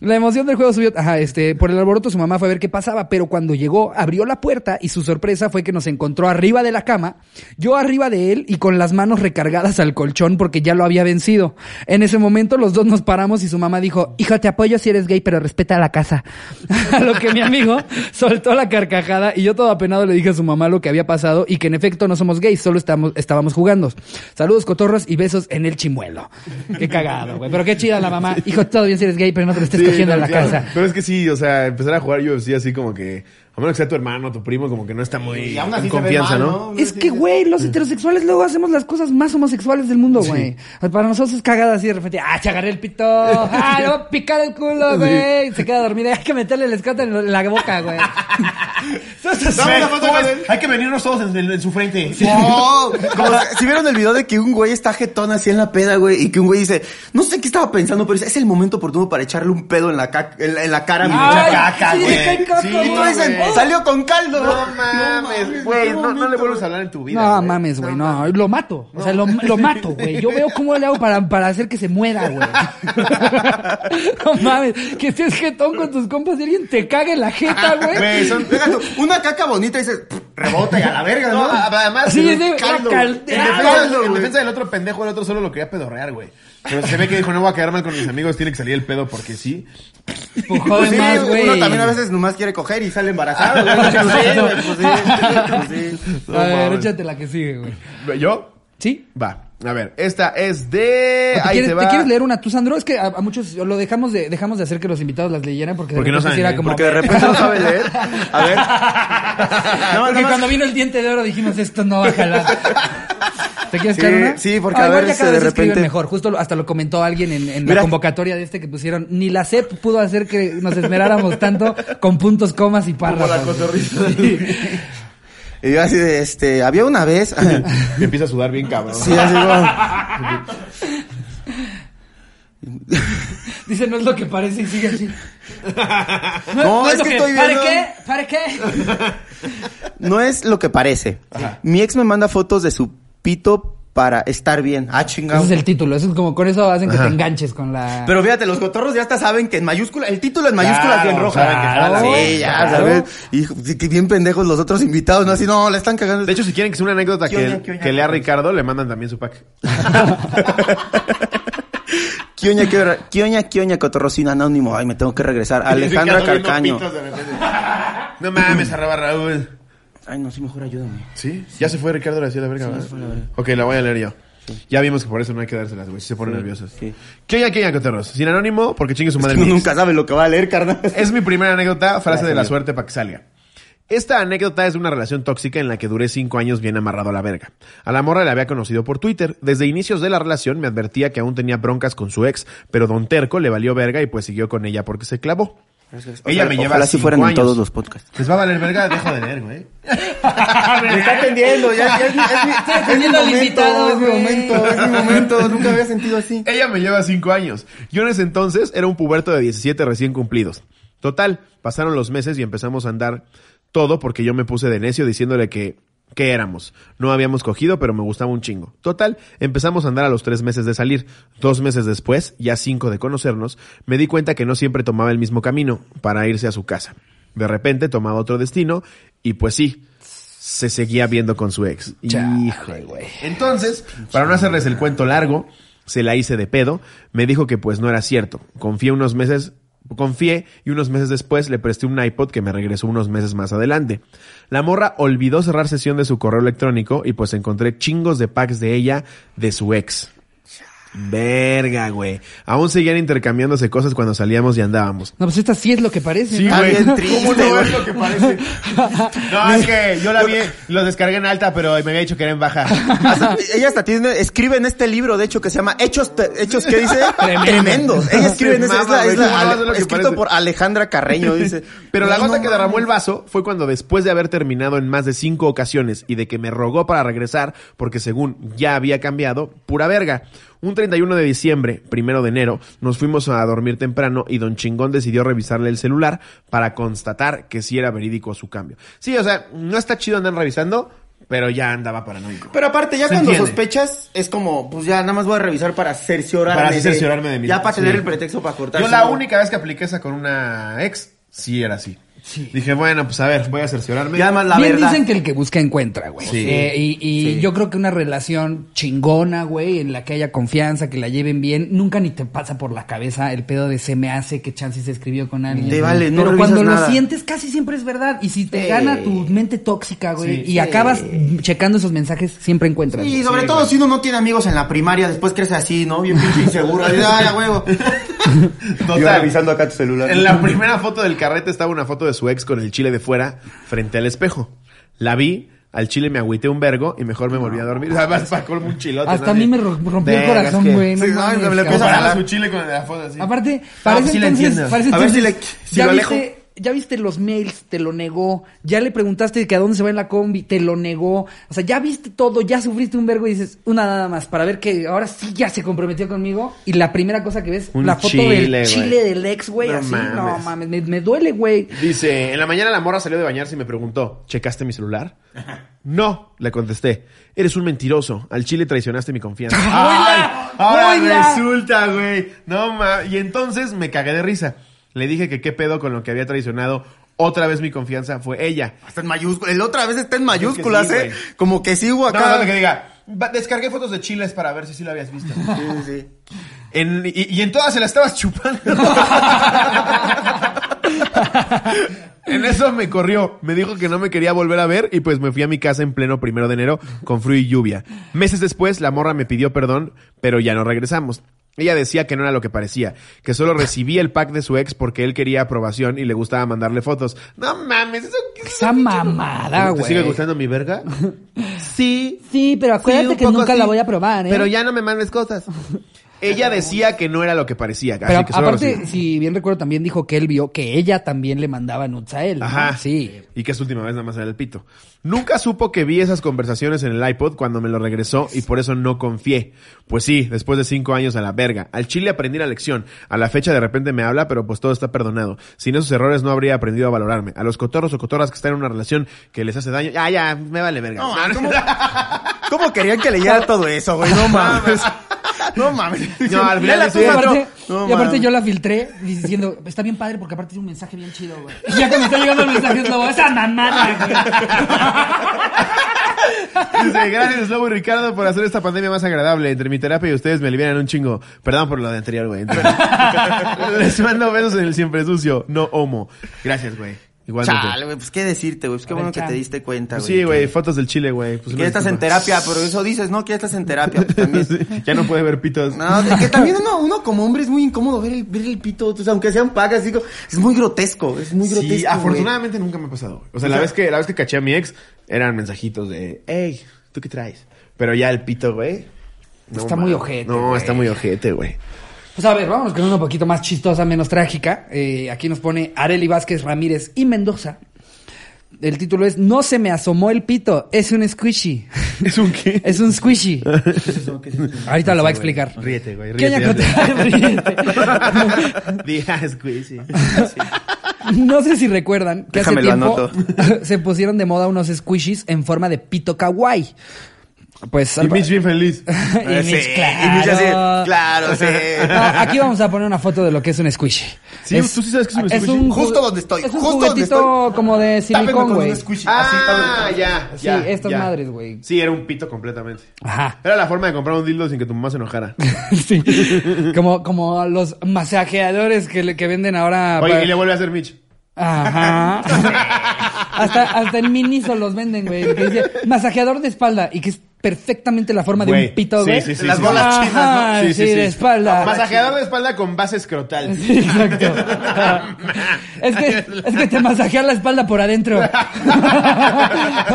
S1: La emoción del juego subió. Ajá, este, por el alboroto su mamá fue a ver qué pasaba, pero cuando llegó, abrió la puerta y su sorpresa fue que nos encontró arriba de la cama, yo arriba de él y con las manos recargadas al colchón porque ya lo había vencido. En ese momento los dos nos paramos y su mamá dijo, hijo, te apoyo si eres gay, pero respeta la casa. A lo que mi amigo soltó la carcajada y yo todo apenado le dije a su mamá lo que había pasado y que en efecto no somos gays, solo estamos, estábamos jugando. Saludos, cotorros y besos en el chimuelo. Qué cagado, güey. Pero qué chida la mamá. Hijo, todo bien si eres gay, pero no te lo estés
S2: Sí,
S1: cogiendo
S2: no,
S1: en la
S2: claro.
S1: casa.
S2: Pero es que sí, o sea, empezar a jugar UFC así como que A menos que sea tu hermano, tu primo, como que no está muy
S3: Y aún así
S2: en
S3: se ve
S2: confianza,
S3: mal,
S2: ¿no?
S3: ¿no?
S1: Es que, güey, los heterosexuales luego hacemos las cosas más homosexuales del mundo, güey. Pues Para nosotros es cagada así de repente. Ah, se agarré el pito. Ah, le voy a picar el culo, güey. Se queda dormida. Hay que meterle el escote en lo- en la boca, güey. Entonces,
S3: Dame una
S2: Güey,
S3: foto
S2: ¿cómo
S3: con
S2: ves?
S3: él.
S2: Hay que venirnos todos en, en su frente. Oh,
S3: Wow. Como si- si vieron el video de que un güey está jetón así en la peda, güey, y que un güey dice, no sé qué estaba pensando, pero dice, es el momento oportuno para echarle un pedo en la, ca- en la, en la cara a mi
S1: Ay,
S3: muchacha".
S1: sí, le cae caca,
S3: Y
S1: güey.
S3: tú dices,
S1: Oh.
S3: salió con caldo.
S2: No mames, güey. No, no le vuelves a hablar en tu vida.
S1: No, mames, güey, no, lo mato. O sea, lo, lo mato, güey. Yo veo cómo le hago para, para hacer que se muera, güey. No mames, que estés jetón con tus compas y alguien te cague en la jeta,
S2: Güey,
S1: güey.
S2: son-
S3: Deja tú, Una caca bonita y dices, "Pff, rebota y a la verga,
S2: No, Ah,
S3: ¿no?
S2: a- además,
S1: Sí,
S2: en
S1: sí, sí,
S2: el- caldo,
S1: la
S2: güey.
S1: cal-
S2: en, defensa,
S3: caldo,
S2: en
S3: güey.
S2: defensa del otro pendejo, el otro solo lo quería pedorrear, güey. Pero se ve que dijo, no voy a quedar mal con mis amigos, tiene que salir el pedo porque sí.
S1: Empujó de
S3: pues Sí,
S1: más, güey.
S3: uno también a veces nomás quiere coger y sale embarazado. güey. Pues sí, pues sí, pues sí.
S2: No
S1: A ver,
S2: mames.
S1: échate la que sigue, güey.
S2: ¿Yo?
S1: ¿Sí?
S2: Va, a ver, esta es de...
S3: Eh,
S1: ¿O ¿Te
S2: Ahí
S1: quieres,
S2: te
S1: te
S2: va.
S1: quieres leer una tú, Sandro? Es que a, a muchos lo dejamos de, dejamos de hacer que los invitados las leyeran porque, de
S2: Porque no
S1: repente sí
S2: saben,
S1: era como-
S3: Porque de repente no sabe leer. A ver. Nada más,
S1: Porque
S3: nada más.
S1: cuando vino el diente de oro dijimos, esto no va a jalar. ¿Te quieres
S3: Sí,
S1: quedar una? Ah,
S3: sí, porque a
S1: igual
S3: ver,
S1: ya cada
S3: este, de
S1: vez escriben
S3: repente-
S1: mejor. Justo lo- hasta lo comentó alguien en, en la
S3: Mira.
S1: convocatoria de este que pusieron. Ni la CEP pudo hacer que nos esmeráramos tanto con puntos, comas y párrafos.
S2: la cotorriza.
S1: Sí.
S3: Y yo así de, este, había una vez.
S2: Me empieza a sudar bien cabrón.
S3: Sí, así como.
S1: Dice, no es lo que parece y sigue así. No,
S3: No, es
S1: lo
S3: que estoy
S1: ¿Para
S3: viendo-
S1: qué? ¿Para qué?
S3: No es lo que parece. Mi ex me manda fotos de su pito para estar bien. Ah,
S1: Ese
S3: chingado.
S1: es el título. Eso es como con eso hacen que
S2: Ajá.
S1: te enganches con la...
S3: Pero fíjate, los cotorros ya hasta saben que en mayúscula, el título en mayúscula
S2: Claro,
S3: es bien roja.
S2: saben que jala,
S3: sí, ya,
S1: claro.
S3: ¿sabes? Y sí, que bien pendejos los otros invitados, ¿no? Así, no, la están cagando.
S2: De hecho, si quieren que sea una anécdota
S3: ¿Qué
S2: que,
S3: onda, qué onda?
S2: que lea Ricardo, le mandan también su pack.
S3: ¿Qué oña, qué oña, qué oña, qué oña, cotorrocino anónimo? Ay, me tengo que regresar. Alejandra
S2: Ricardo viendo
S3: Carcaño.
S2: pitos de repente. No mames, arroba Raúl.
S3: Ay, no, sí, mejor ayúdame.
S2: ¿Sí? Ya se fue Ricardo García la verga, ¿verdad? Ok, la voy a leer yo. Ya vimos que por eso no hay que dárselas, güey. Si se ponen nerviosos.
S3: sí.
S2: ¿Qué hay aquí, cotorros? Sin anónimo, porque chingue su madre.
S3: Uno
S2: mi ex.
S3: nunca sabe lo que va a leer, carnal.
S2: Es mi primera anécdota, frase de la suerte para que salga. Esta anécdota es de una relación tóxica en la que duré cinco años bien amarrado a la verga. A la morra la había conocido por Twitter. Desde inicios de la relación me advertía que aún tenía broncas con su ex, pero Don Terco le valió verga y pues siguió con ella porque se clavó. Ella me lleva
S3: Ojalá sí
S2: cinco
S3: fueran en
S2: años.
S3: todos los podcasts.
S2: Les va a valer verga, dejo de leer, güey.
S3: Me está atendiendo, ya, ya es, mi- es mi-
S1: Estoy
S3: es mi
S1: atendiendo al invitado,
S3: es mi
S1: güey.
S3: momento, es mi momento. Nunca había sentido así.
S2: Ella me lleva cinco años. Yo en ese entonces era un puberto de 17 recién cumplidos. Total, pasaron los meses y empezamos a andar todo porque yo me puse de necio diciéndole que, que éramos. No habíamos cogido, pero me gustaba un chingo. Total, empezamos a andar a los tres meses de salir. Dos meses después, ya cinco de conocernos, me di cuenta que no siempre tomaba el mismo camino para irse a su casa. De repente tomaba otro destino y pues sí, se seguía viendo con su ex. Híjole, güey. Entonces, para no hacerles el cuento largo, se la hice de pedo, me dijo que pues no era cierto. Confié unos meses, confié y unos meses después le presté un iPod que me regresó unos meses más adelante. La morra olvidó cerrar sesión de su correo electrónico y pues encontré chingos de packs de ella de su ex. Verga, güey. Aún seguían intercambiándose cosas cuando salíamos y andábamos.
S1: No, pues esta sí es lo que parece.
S2: Sí,
S1: ¿no?
S3: Está
S2: güey.
S3: bien triste,
S2: ¿Cómo no
S3: güey.
S2: es lo que parece? No, es que yo la vi, los descargué en alta, pero me había dicho que era en baja.
S3: Hasta- ella hasta tiene, escribe en este libro, de hecho, que se llama Hechos, te- Hechos ¿qué dice?
S1: Tremendo.
S3: Tremendos. Ella escribe en ese, es la, es la-
S2: Mamá, güey, ¿cómo no vas a lo que
S3: escrito
S2: parece?
S3: por Alejandra Carreño, dice.
S2: Pero la
S3: No,
S2: gota
S3: no,
S2: que derramó el vaso fue cuando después de haber terminado en más de cinco ocasiones y de que me rogó para regresar, porque según ya había cambiado, pura verga. Un 31 de diciembre, primero de enero, nos fuimos a dormir temprano y Don Chingón decidió revisarle el celular para constatar que sí era verídico su cambio. Sí, o sea, no está chido andar revisando, pero ya andaba paranoico.
S3: Pero aparte, ya
S2: Se
S3: cuando
S2: entiende.
S3: sospechas, es como, pues ya nada más voy a revisar para cerciorarme.
S2: Para así cerciorarme de mí.
S3: Ya para
S2: Sí.
S3: tener el pretexto para cortar.
S2: Yo
S3: si
S2: la
S3: no-
S2: única vez que apliqué esa con una ex, sí era así. Dije, bueno, pues a ver, voy a cerciorarme.
S3: Ya más la
S1: Bien
S3: verdad.
S1: dicen que el que busca encuentra, güey.
S2: Sí.
S1: Eh, y y
S3: Sí.
S1: yo creo que una relación chingona, güey, en la que haya confianza, que la lleven bien, nunca ni te pasa por la cabeza el pedo de se me hace que Chansi se escribió con alguien.
S3: Te vale, no
S1: Pero
S3: revisas
S1: cuando
S3: nada.
S1: lo sientes casi siempre es verdad. Y si te
S3: Sí.
S1: gana tu mente tóxica, güey,
S2: Sí.
S1: y acabas checando esos mensajes, siempre encuentras.
S3: Y sobre todo si uno no tiene amigos en la primaria, después crece así, ¿no? Bien pinche inseguro. así, Ay, a huevo. Yo
S2: Total.
S3: revisando acá tu celular.
S2: En la primera foto del carrete estaba una foto de su ex con el chile de fuera frente al espejo. La vi, al chile me agüité un vergo y mejor me volví a dormir. Además, sacó un chilote.
S1: Hasta
S2: ¿no?
S1: a mí me ro- rompió el
S2: Verga, es
S1: corazón,
S2: que-
S1: güey. No
S3: Sí, no,
S1: mames,
S3: me la
S1: cabrón.
S2: Pues
S3: Ojalá.
S2: agarra su chile con la foto así.
S1: Aparte,
S2: Ah,
S1: parece
S2: pues sí la
S1: entonces,
S2: entiendo.
S1: parece
S3: A ver si
S1: entonces-
S3: le- si
S1: ya
S3: lo alejo.
S1: viste, ya viste los mails, te lo negó, ya le preguntaste que a dónde se va en la combi, te lo negó, o sea, ya viste todo, ya sufriste un vergo y dices, una nada más, para ver que ahora sí ya se comprometió conmigo, y la primera cosa que ves,
S2: Un
S1: la foto
S2: chile,
S1: del
S2: güey.
S1: chile del ex, güey,
S2: No
S1: así, no
S2: mames.
S1: mames, me, me duele, güey.
S2: Dice, en la mañana la morra salió de bañarse y me preguntó, ¿checaste mi celular? No, le contesté. Eres un mentiroso. Al chile traicionaste mi confianza.
S1: Ah, ¡Hola!
S2: ¡Ay! Ahora
S1: ¡Hola!
S2: resulta, güey. No ma- Y entonces me cagué de risa. Le dije que qué pedo con lo que había traicionado. Otra vez mi confianza fue ella.
S3: Está en mayúsculas. El otra vez está en mayúsculas,
S2: sí,
S3: ¿eh?
S2: güey.
S3: Como que sigo
S2: No, no,
S3: acá.
S2: no, que diga. "Va- Descargué fotos de chiles para ver si sí lo habías visto.
S3: Sí, sí.
S2: En- y, y en todas se la estabas chupando. en eso me corrió. Me dijo que no me quería volver a ver y pues me fui a mi casa en pleno primero de enero con frío y lluvia. Meses después, la morra me pidió perdón, pero ya no regresamos. Ella decía que no era lo que parecía, que solo recibía el pack de su ex porque él quería aprobación y le gustaba mandarle fotos. No mames, eso qué es
S1: Esa mamada,
S2: ¿Te
S1: güey.
S2: sigue gustando mi verga? Sí.
S1: Sí, pero acuérdate
S2: Sí, un
S1: que
S2: poco
S1: nunca la
S2: sí,
S1: voy a probar, ¿eh?
S2: Pero ya no me mandes cosas. Ella decía que no era lo que parecía.
S1: Pero
S2: así que solo
S1: aparte,
S2: recibí.
S1: si bien recuerdo, también dijo que él vio que ella también le mandaba nudes a él. ¿no?
S2: Ajá.
S1: Sí.
S2: Y que es última vez nada más era el pito. Nunca supo que vi esas conversaciones en el iPod cuando me lo regresó y por eso no confié. Pues sí, después de cinco años a la verga. Al chile aprendí la lección. A la fecha de repente me habla, pero pues todo está perdonado. Sin esos errores no habría aprendido a valorarme. A los cotorros o cotorras que están en una relación que les hace daño. Ya, ya, me vale verga.
S3: No, ¿cómo, ¿Cómo querían que leyera todo eso, güey? No mames. No mames.
S2: No, al final
S3: Léela
S2: le
S3: tú,
S1: Y
S2: decía-
S3: Beto.
S1: aparte,
S3: No
S1: y aparte
S3: mames.
S1: yo la filtré diciendo, está bien padre porque aparte tiene un mensaje bien chido, güey. Y ya cuando está llegando el mensaje es lobo, esa mamada, güey.
S2: Dice, gracias Lobo y Ricardo por hacer esta pandemia más agradable. Entre mi terapia y ustedes me alivian un chingo. Perdón por lo de anterior, güey. Entre- Les mando besos en el siempre sucio, no homo. Gracias, güey. Igualmente.
S3: Chale, güey, pues qué decirte, güey. Pues qué
S1: A ver,
S3: bueno que
S1: chale.
S3: te diste cuenta,
S2: Pues
S3: güey.
S2: sí,
S3: que-
S2: güey, fotos del Chile, güey. Pues
S3: Que
S2: una
S3: ya estás en
S2: disculpa.
S3: terapia, pero eso dices, no, que ya estás en terapia. Pues, también.
S2: Sí, ya no puede ver pitos.
S3: No, de que también uno, uno como hombre es muy incómodo ver el, ver el pito, o sea, aunque sean pagas, digo, es muy grotesco, es muy grotesco.
S2: sí,
S3: güey.
S2: afortunadamente nunca me ha pasado. güey. O sea, la
S3: O sea-
S2: vez que la vez que caché a mi ex eran mensajitos de, "Hey, ¿tú qué traes?" Pero ya el pito, güey.
S1: Está muy
S2: mames.
S1: ojete,
S2: No,
S1: güey.
S2: está muy ojete, güey.
S1: Pues a ver, vámonos con una un poquito más chistosa, menos trágica. Eh, aquí nos pone Areli Vázquez Ramírez y Mendoza. El título es No se me asomó el pito, es un squishy.
S2: ¿Es un qué?
S1: Es un squishy. Ahorita lo va a explicar.
S2: Ríete, güey,
S1: ¿Qué
S2: ríete,
S1: ñacote? Ríete.
S2: Dija, es squeezy.
S1: No sé si recuerdan que hace
S3: Déjamelo,
S1: tiempo se pusieron de moda unos squishies en forma de pito kawaii. Pues
S2: Y
S1: al-
S2: Mitch bien feliz.
S3: Eh,
S1: Y Mitch,
S3: sí,
S1: claro.
S3: y Mitch así, claro, sí.
S1: No, aquí vamos a poner una foto de lo que es un squishy.
S2: Sí, tú sí sabes que es un squishy.
S1: ju-
S3: Justo donde estoy,
S1: Es un
S3: justo donde
S1: juguetito
S3: estoy.
S1: como de silicón, güey.
S2: Ah, ya,
S1: Sí,
S2: ya.
S1: estas
S2: ya.
S1: madres, güey.
S2: Sí, era un pito completamente.
S1: Ajá.
S2: Era la forma de comprar un dildo sin que tu mamá se enojara.
S1: sí. Como, como los masajeadores que, le- que venden ahora.
S2: Oye,
S1: para-
S2: y le vuelve a hacer Mitch.
S1: Ajá. hasta, hasta en Miniso los venden, güey. Que dice masajeador de espalda y que es perfectamente la forma de
S2: Güey,
S1: un pito,
S2: sí,
S1: güey.
S2: sí, sí,
S3: Las sí. bolas
S1: Ajá,
S3: chinas,
S1: Sí, de espalda.
S2: Masajeador de espalda con base escrotal.
S1: Sí, exacto. es, que, es que te masajea la espalda por adentro.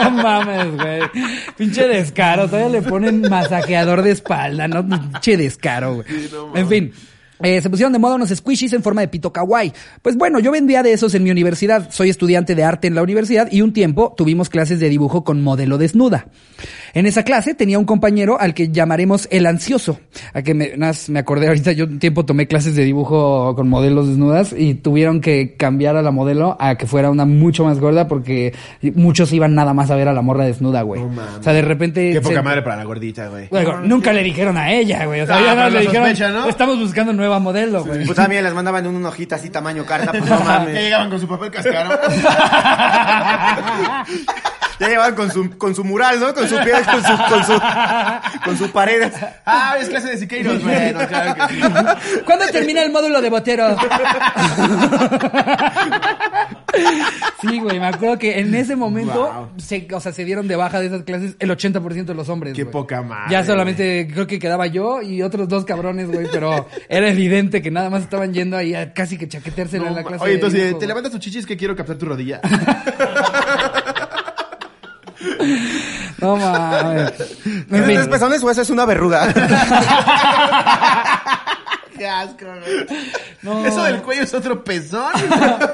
S1: no mames, güey. Pinche descaro. Todavía le ponen masajeador de espalda, ¿no? Pinche descaro, güey. en fin. eh, se pusieron de moda unos squishies en forma de pito kawaii. Pues bueno, yo vendía de esos en mi universidad. Soy estudiante de arte en la universidad y un tiempo tuvimos clases de dibujo con modelo desnuda. En esa clase tenía un compañero al que llamaremos el ansioso. A que me, nas- me acordé ahorita, yo un tiempo tomé clases de dibujo con modelos desnudas y tuvieron que cambiar a la modelo a que fuera una mucho más gorda porque muchos iban nada más a ver a la morra desnuda, güey. o sea, de repente...
S2: Qué poca
S1: se-
S2: madre para la gordita, güey.
S1: Güey, güey, nunca le dijeron a ella, güey. O sea,
S2: Ah,
S1: ya
S2: pero
S1: no le
S2: la
S1: dijeron.
S2: sospecha, ¿no?
S1: Estamos buscando nueva modelo, güey.
S3: Pues también las mandaban en una hojita así tamaño carta, pues no
S2: Ya
S3: mames.
S2: llegaban con su papel cascaro.
S3: Ya llevan con su, con su mural, ¿no? Con su piedra, con su, con su, con su pared.
S2: Ah, es clase de
S3: Pues,
S2: Siqueiros. Bueno, claro que sí.
S1: ¿Cuándo termina el módulo de botero? Sí, güey, me acuerdo que en ese momento
S2: Wow.
S1: se, o sea, se dieron de baja de esas clases el 80% de los hombres.
S2: Qué
S1: güey.
S2: poca madre.
S1: Ya solamente creo que quedaba yo y otros dos cabrones, güey, pero era evidente que nada más estaban yendo ahí a casi que chaqueteársela en la clase.
S2: Oye,
S1: de
S2: entonces, eh,
S1: dibujo,
S2: ¿te
S1: güey.
S2: levantas tu chichis que quiero captar tu rodilla?
S1: No mames. En fin.
S3: ¿Tienes
S2: pues,
S3: tres pezones o esa es una verruga?
S4: Qué asco, güey.
S1: No.
S2: Eso del cuello es otro pezón.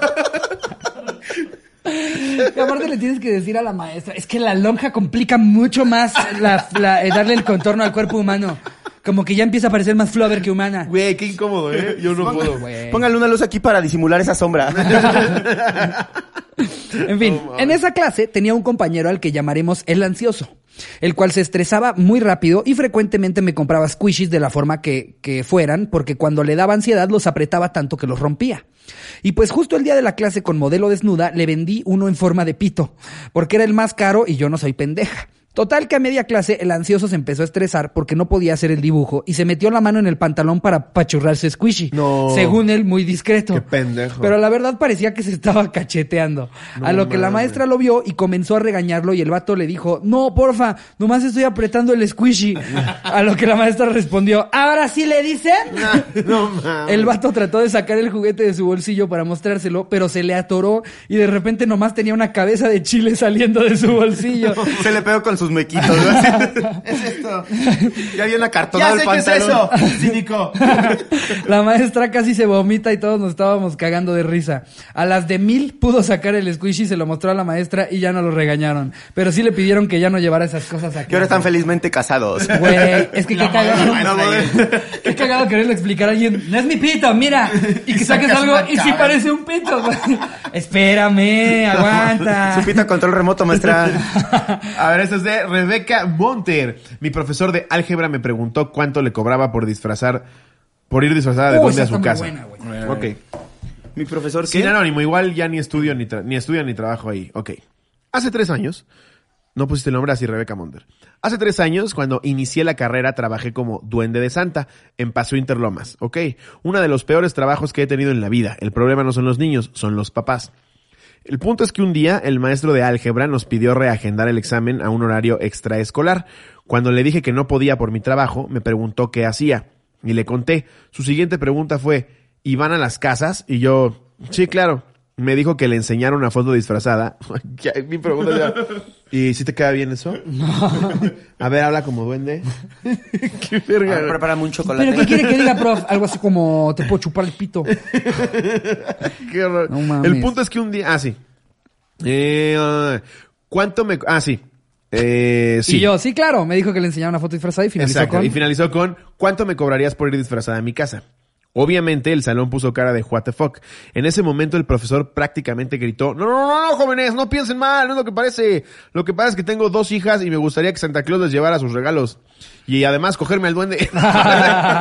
S1: Y aparte le tienes que decir a la maestra, es que la lonja complica mucho más la- la- eh, darle el contorno al cuerpo humano. Como que ya empieza a parecer más flover que humana.
S2: Güey, qué incómodo, ¿eh? Yo no puedo, güey.
S3: Póngale una luz aquí para disimular esa sombra.
S1: En fin, en esa clase tenía un compañero al que llamaremos el ansioso, el cual se estresaba muy rápido y frecuentemente me compraba squishies de la forma que, que fueran, porque cuando le daba ansiedad los apretaba tanto que los rompía. Y pues justo el día de la clase con modelo desnuda le vendí uno en forma de pito, porque era el más caro y yo no soy pendeja. Total que a media clase el ansioso se empezó a estresar porque no podía hacer el dibujo y se metió la mano en el pantalón para pachurrarse squishy.
S2: No.
S1: Según él, muy discreto.
S2: Qué pendejo.
S1: Pero la verdad parecía que se estaba cacheteando. a lo que la
S2: mames.
S1: maestra lo vio y comenzó a regañarlo y el vato le dijo, no, porfa, nomás estoy apretando el squishy. a lo que la maestra respondió, ahora sí le dicen.
S2: Ah, No mames.
S1: El vato trató de sacar el juguete de su bolsillo para mostrárselo, pero se le atoró y de repente nomás tenía una cabeza de chile saliendo de su bolsillo.
S3: Se le pegó con sus mequitos, ¿no? Así. Es esto. Ya bien acartonado
S2: Ya
S3: el
S2: sé qué es
S3: pantalón.
S2: eso, cínico.
S1: La maestra casi se vomita y todos nos estábamos cagando de risa. A las de mil pudo sacar el squishy, se lo mostró a la maestra y ya no lo regañaron. Pero sí le pidieron que ya no llevara esas cosas aquí.
S3: Que ahora están felizmente casados.
S1: Güey, es que
S2: La
S1: qué cagado.
S2: madre, la madre.
S1: Qué cagado quererle explicar a alguien. No es mi pito, mira. Y que saques
S2: sacas
S1: algo
S2: una
S1: y sí
S2: cabeza.
S1: parece un pito, güey. Espérame, aguanta.
S3: Su pita control remoto, maestra.
S2: A ver, esto es de Rebeca Monter. Mi profesor de álgebra me preguntó cuánto le cobraba por disfrazar, por ir disfrazada de
S1: Uy,
S2: duende
S1: esa
S2: a su
S1: está muy
S2: casa.
S1: buena,
S2: ok.
S3: Mi profesor,
S2: Sin anónimo, igual ya ni estudio ni, tra- ni estudio ni trabajo ahí. Ok. Hace tres años, no pusiste el nombre así, Rebeca Monder. Hace tres años, cuando inicié la carrera, trabajé como duende de Santa en Paseo Interlomas. Ok. Uno de los peores trabajos que he tenido en la vida. El problema no son los niños, son los papás. El punto es que un día el maestro de álgebra nos pidió reagendar el examen a un horario extraescolar. Cuando le dije que no podía por mi trabajo, me preguntó qué hacía. Y le conté. Su siguiente pregunta fue, ¿y van a las casas? Y yo, sí, claro. Me dijo que le enseñara una foto disfrazada. Ya, mi pregunta era, ¿y si te queda bien eso? A ver, habla como duende. qué
S3: Ah,
S2: verga. güey.
S3: prepárame un
S1: Ah, Pero ¿qué
S3: chocolate.
S1: quiere que diga, prof? Algo así como, te puedo chupar el pito.
S2: Qué horror.
S1: No mames.
S2: El punto es que un día. Ah, sí. Eh, ah, ¿Cuánto me.? Ah, sí. Eh, sí.
S1: Y yo, sí, claro. Me dijo que le enseñaba una foto disfrazada y finalizó
S2: Exacto.
S1: con...
S2: Y finalizó con: ¿Cuánto me cobrarías por ir disfrazada a mi casa? Obviamente el salón puso cara de what the fuck. En ese momento el profesor prácticamente gritó, no, no, no, no, jóvenes, no piensen mal, no es lo que parece. Lo que pasa es que tengo dos hijas y me gustaría que Santa Claus les llevara sus regalos. Y además cogerme al duende.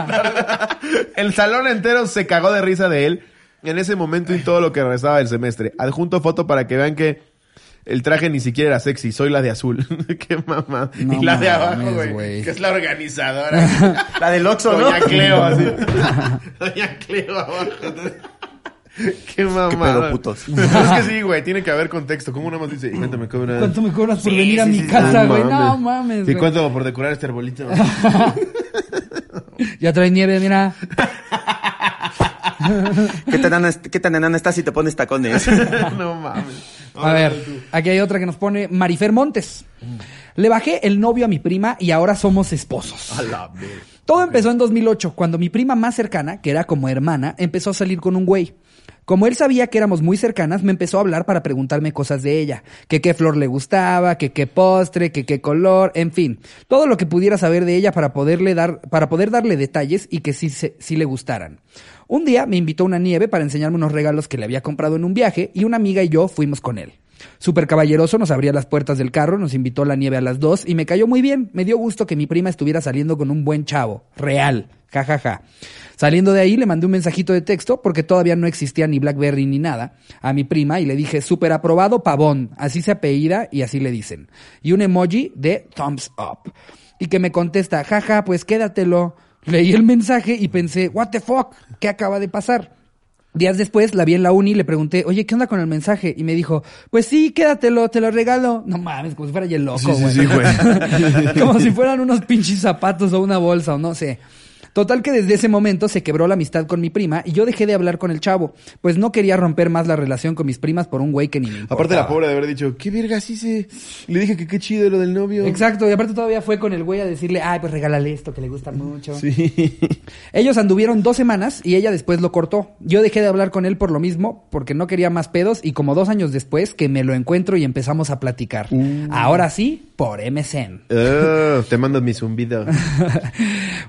S2: el salón entero se cagó de risa de él. En ese momento y todo lo que restaba del semestre. Adjunto foto para que vean que el traje ni siquiera era sexy, soy la de azul. Qué mamá.
S1: No
S2: y la de abajo,
S1: mames,
S2: güey.
S1: güey.
S2: Que es la organizadora.
S3: La del Oxxo, ¿no?
S2: Doña Cleo, así. Doña Cleo abajo. Qué mamada.
S3: pedo, putos?
S2: es que sí, güey, tiene que haber contexto. ¿Cómo nomás dice? ¿Y cuánto me cobra?
S1: ¿Cuánto me cobras por venir a
S3: sí,
S1: mi
S3: sí,
S1: casa, güey? No mames,
S2: ¿Y
S1: güey.
S2: cuánto por decorar este arbolito?
S1: Ya trae nieve, mira.
S3: ¿Qué tan enana, qué tan enana estás si te pones tacones?
S2: no mames.
S1: A ver, aquí hay otra que nos pone Marifer Montes. Le bajé el novio a mi prima y ahora somos esposos.
S2: A la verga.
S1: Todo empezó en 2008, cuando mi prima más cercana, que era como hermana, empezó a salir con un güey. Como él sabía que éramos muy cercanas, me empezó a hablar para preguntarme cosas de ella, que qué flor le gustaba, que qué postre, que qué color, en fin, todo lo que pudiera saber de ella para poderle dar, para poder darle detalles y que sí, se- sí le gustaran. Un día me invitó a una nieve para enseñarme unos regalos que le había comprado en un viaje y una amiga y yo fuimos con él. Súper caballeroso, nos abría las puertas del carro, nos invitó a la nieve a las dos y me cayó muy bien. Me dio gusto que mi prima estuviera saliendo con un buen chavo. Real. Ja, ja, ja. Saliendo de ahí le mandé un mensajito de texto porque todavía no existía ni Blackberry ni nada a mi prima y le dije, súper aprobado pavón. Así se apellida y así le dicen. Y un emoji de thumbs up. Y que me contesta, jaja, pues quédatelo. Leí el mensaje y pensé, what the fuck, ¿qué acaba de pasar? Días después la vi en la uni y le pregunté, oye, ¿qué onda con el mensaje? Y me dijo, pues sí, quédatelo, te lo regalo. No mames, como si fuera el loco,
S2: Sí, sí,
S1: güey.
S2: sí, güey.
S1: como si fueran unos pinches zapatos o una bolsa o no sé. Total que desde ese momento se quebró la amistad con mi prima y yo dejé de hablar con el chavo, pues no quería romper más la relación con mis primas por un güey que ni me importaba.
S2: Aparte la pobre de haber dicho, qué vergas hice. Le dije que qué chido lo del novio.
S1: Exacto, y aparte todavía fue con el güey a decirle, ay, pues regálale esto que le gusta mucho.
S2: Sí.
S1: Ellos anduvieron dos semanas y ella después lo cortó. Yo dejé de hablar con él por lo mismo, porque no quería más pedos y como dos años después que me lo encuentro y empezamos a platicar. Ahora sí, por MSN.
S2: Oh, te mando mi zumbido.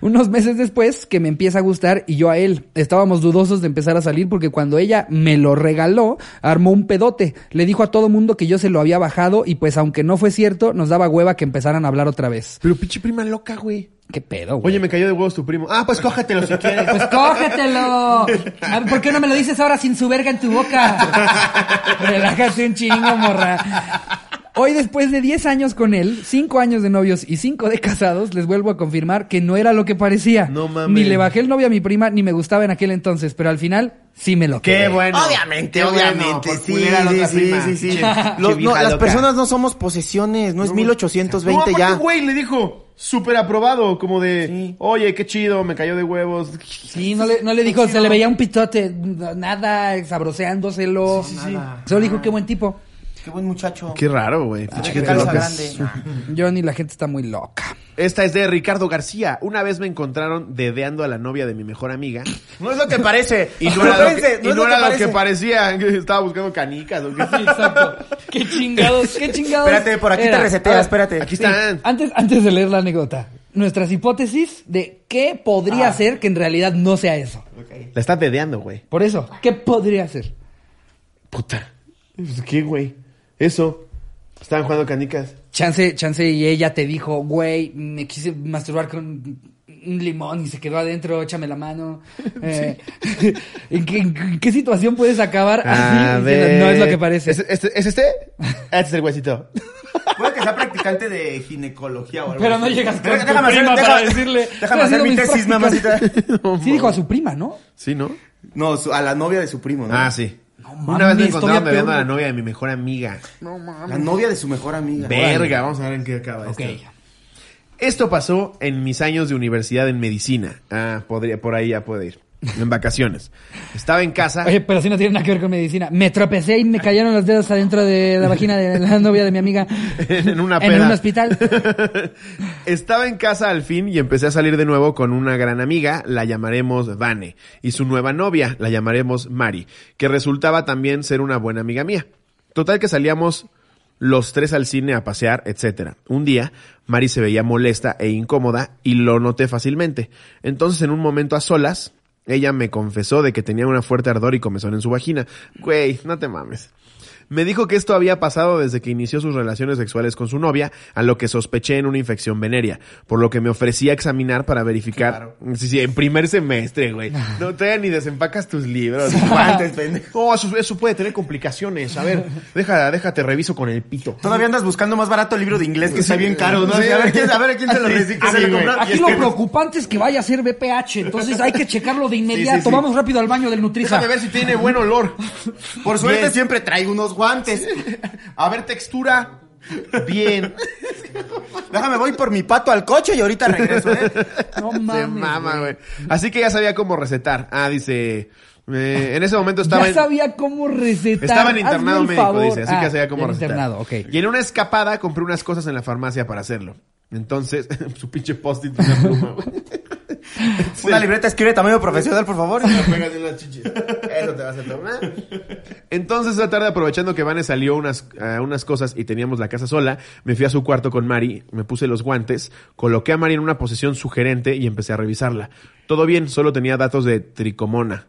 S1: Unos meses después que me empieza a gustar y yo a él. Estábamos dudosos de empezar a salir porque cuando ella me lo regaló, armó un pedote. Le dijo a todo mundo que yo se lo había bajado y pues aunque no fue cierto, nos daba hueva que empezaran a hablar otra vez.
S2: Pero pinche prima loca, güey.
S1: ¿Qué pedo, güey?
S2: Oye, me cayó de huevos tu primo. Ah, pues cógetelo si quieres.
S1: Pues cógetelo. A ver, ¿Por qué no me lo dices ahora sin su verga en tu boca? Relájate un chingo, morra. Hoy, después de 10 años con él, 5 años de novios y 5 de casados, les vuelvo a confirmar que no era lo que parecía.
S2: No mames.
S1: Ni le bajé el novio a mi prima, ni me gustaba en aquel entonces, pero al final sí me lo
S2: Qué
S1: quedé.
S2: bueno.
S3: Obviamente,
S2: Qué bueno,
S3: obviamente,
S2: por
S3: sí,
S2: culera la
S3: sí,
S2: otra
S3: sí,
S2: prima.
S3: sí, sí.
S2: Che,
S3: Los-
S2: che
S3: no,
S2: vieja
S3: las
S2: loca.
S3: personas no somos posesiones, no es 1820
S2: No,
S3: ya.
S2: aparte, güey, le dijo súper aprobado, como de, oye, qué chido, me cayó de huevos.
S1: Sí, no le, no le dijo, se le veía un pitote, nada, sabroseándoselo. Solo dijo, qué buen tipo.
S3: Qué buen muchacho.
S2: Qué raro, güey. Pinche gente
S3: calza
S2: loca.
S3: Ah, grande.
S1: Johnny, la gente está muy loca.
S2: Esta es de Ricardo García. Una vez me encontraron dedeando a la novia de mi mejor amiga.
S3: No es lo que parece.
S2: Y no era lo que,
S3: Espérense,
S2: y no
S3: es
S2: era lo
S3: parece.
S2: que parecía. Estaba buscando canicas. o qué sé yo.
S1: Exacto. Qué chingados, qué chingados.
S3: Espérate, por aquí
S1: era.
S3: te resetea, espérate.
S2: Aquí están.
S1: Antes, antes de leer la anécdota, nuestras hipótesis de qué
S3: Ah.
S1: podría ser que en realidad no sea eso.
S2: La estás dedeando, güey.
S1: Por eso, ¿qué podría ser?
S2: Puta. Pues, ¿Qué, güey? Eso. Estaban jugando canicas.
S1: Chance, chance y ella te dijo, güey, me quise masturbar con un limón y se quedó adentro, échame la mano. Eh, ¿en, qué, en qué situación puedes acabar así? diciendo, no es lo que parece.
S2: ¿Es, es- es este? Ah, Este es el huesito.
S3: Puede que sea practicante de ginecología o algo
S1: Pero no
S3: así.
S1: llegas con
S3: Deja-
S1: tu prima para decirle, "Estoy
S3: Déjame hacer
S1: haciendo
S3: mi
S1: mis
S3: tesis,
S1: prácticas".
S3: mamacita.
S1: Sí dijo a su prima, ¿no?
S2: Sí, ¿no?
S3: No, su- a la novia de su primo, ¿no?
S2: Ah, sí. Una
S1: mames,
S2: vez
S1: todavía
S2: me encontraron bebiendo a
S1: peor.
S2: la novia de mi mejor amiga.
S3: La novia de su mejor amiga.
S2: Verga, vamos a ver en qué acaba
S1: Ok.
S2: esto. Esto pasó en mis años de universidad en medicina. Ah, podría, por ahí ya puede ir. En vacaciones. Estaba en casa.
S1: Oye, pero si no tiene nada que ver con medicina. Me tropecé y me cayeron los dedos adentro de la vagina de la novia de mi amiga.
S2: en una
S1: En
S2: peda.
S1: un hospital.
S2: Estaba en casa al fin y empecé a salir de nuevo con una gran amiga, la llamaremos Vane, y su nueva novia, la llamaremos Mari, que resultaba también ser una buena amiga mía. Total que salíamos los tres al cine a pasear, etcétera. Un día, Mari se veía molesta e incómoda y lo noté fácilmente. Entonces, en un momento a solas, ella me confesó de que tenía una fuerte ardor y comezón en su vagina. Güey, no te mames. Me dijo que esto había pasado desde que inició sus relaciones sexuales con su novia, a lo que sospeché en una infección venérea, por lo que me ofrecía examinar para verificar. Sí, sí, en primer semestre, güey.
S1: Ah.
S2: No te ni desempacas tus libros.
S3: Guantes, pendejo.
S2: No, eso, eso puede tener complicaciones. A ver, deja, déjate, reviso con el pito.
S3: Todavía andas buscando más barato el libro de inglés que está bien caro, ¿no?
S2: Sí.
S3: A ver quién, a ver quién te lo este,
S2: Sí,
S3: recibe.
S2: sí, güey.
S1: Aquí lo preocupante es que vaya a ser BPH, entonces hay que checarlo de inmediato.
S3: sí.
S1: Vamos rápido al baño del Nutriza.
S2: Déjame ver si tiene buen olor.
S3: Por suerte
S2: Bien.
S3: siempre traigo unos guantes.
S2: A ver, textura. Bien.
S3: Déjame, voy por mi pato al coche y ahorita regreso, ¿eh?
S1: No
S2: Se
S1: mames.
S2: mama,
S1: güey.
S2: güey. Así que ya sabía cómo recetar. Ah, dice. eh, en ese momento estaba.
S1: Ya
S2: en-
S1: sabía cómo recetar.
S2: Estaba en
S1: Hazme
S2: internado
S1: el
S2: médico,
S1: favor.
S2: dice, así
S1: Ah,
S2: que sabía cómo
S1: en
S2: recetar.
S1: internado, ok.
S2: Y en una escapada compré unas cosas en la farmacia para hacerlo. Entonces, su pinche post-it, una pluma, güey.
S3: Una libreta escribe tamaño profesional, por favor.
S2: Pegas en las chichis. Eso te vas a tomar. Entonces, esa tarde, aprovechando que Vane salió unas, a unas cosas y teníamos la casa sola, me fui a su cuarto con Mari, me puse los guantes, coloqué a Mari en una posición sugerente y empecé a revisarla. Todo bien, solo tenía datos de tricomona.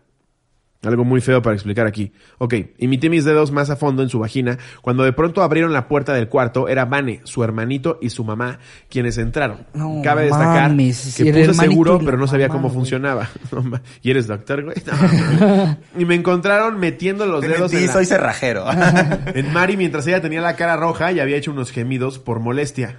S2: Algo muy feo para explicar aquí. Ok, imité mis dedos más a fondo en su vagina. Cuando de pronto abrieron la puerta del cuarto, era Vane, su hermanito y su mamá quienes entraron.
S1: No
S2: Cabe destacar
S1: mames, si
S2: que
S1: el
S2: puse
S1: hermanito y
S2: seguro,
S1: la
S2: pero no sabía
S1: mamá,
S2: cómo
S1: güey.
S2: funcionaba. No ma- ¿Y eres doctor, güey? No. y me encontraron metiendo los
S3: Te
S2: dedos
S3: mentí,
S2: en la-
S3: soy cerrajero.
S2: en Mari mientras ella tenía la cara roja y había hecho unos gemidos por molestia.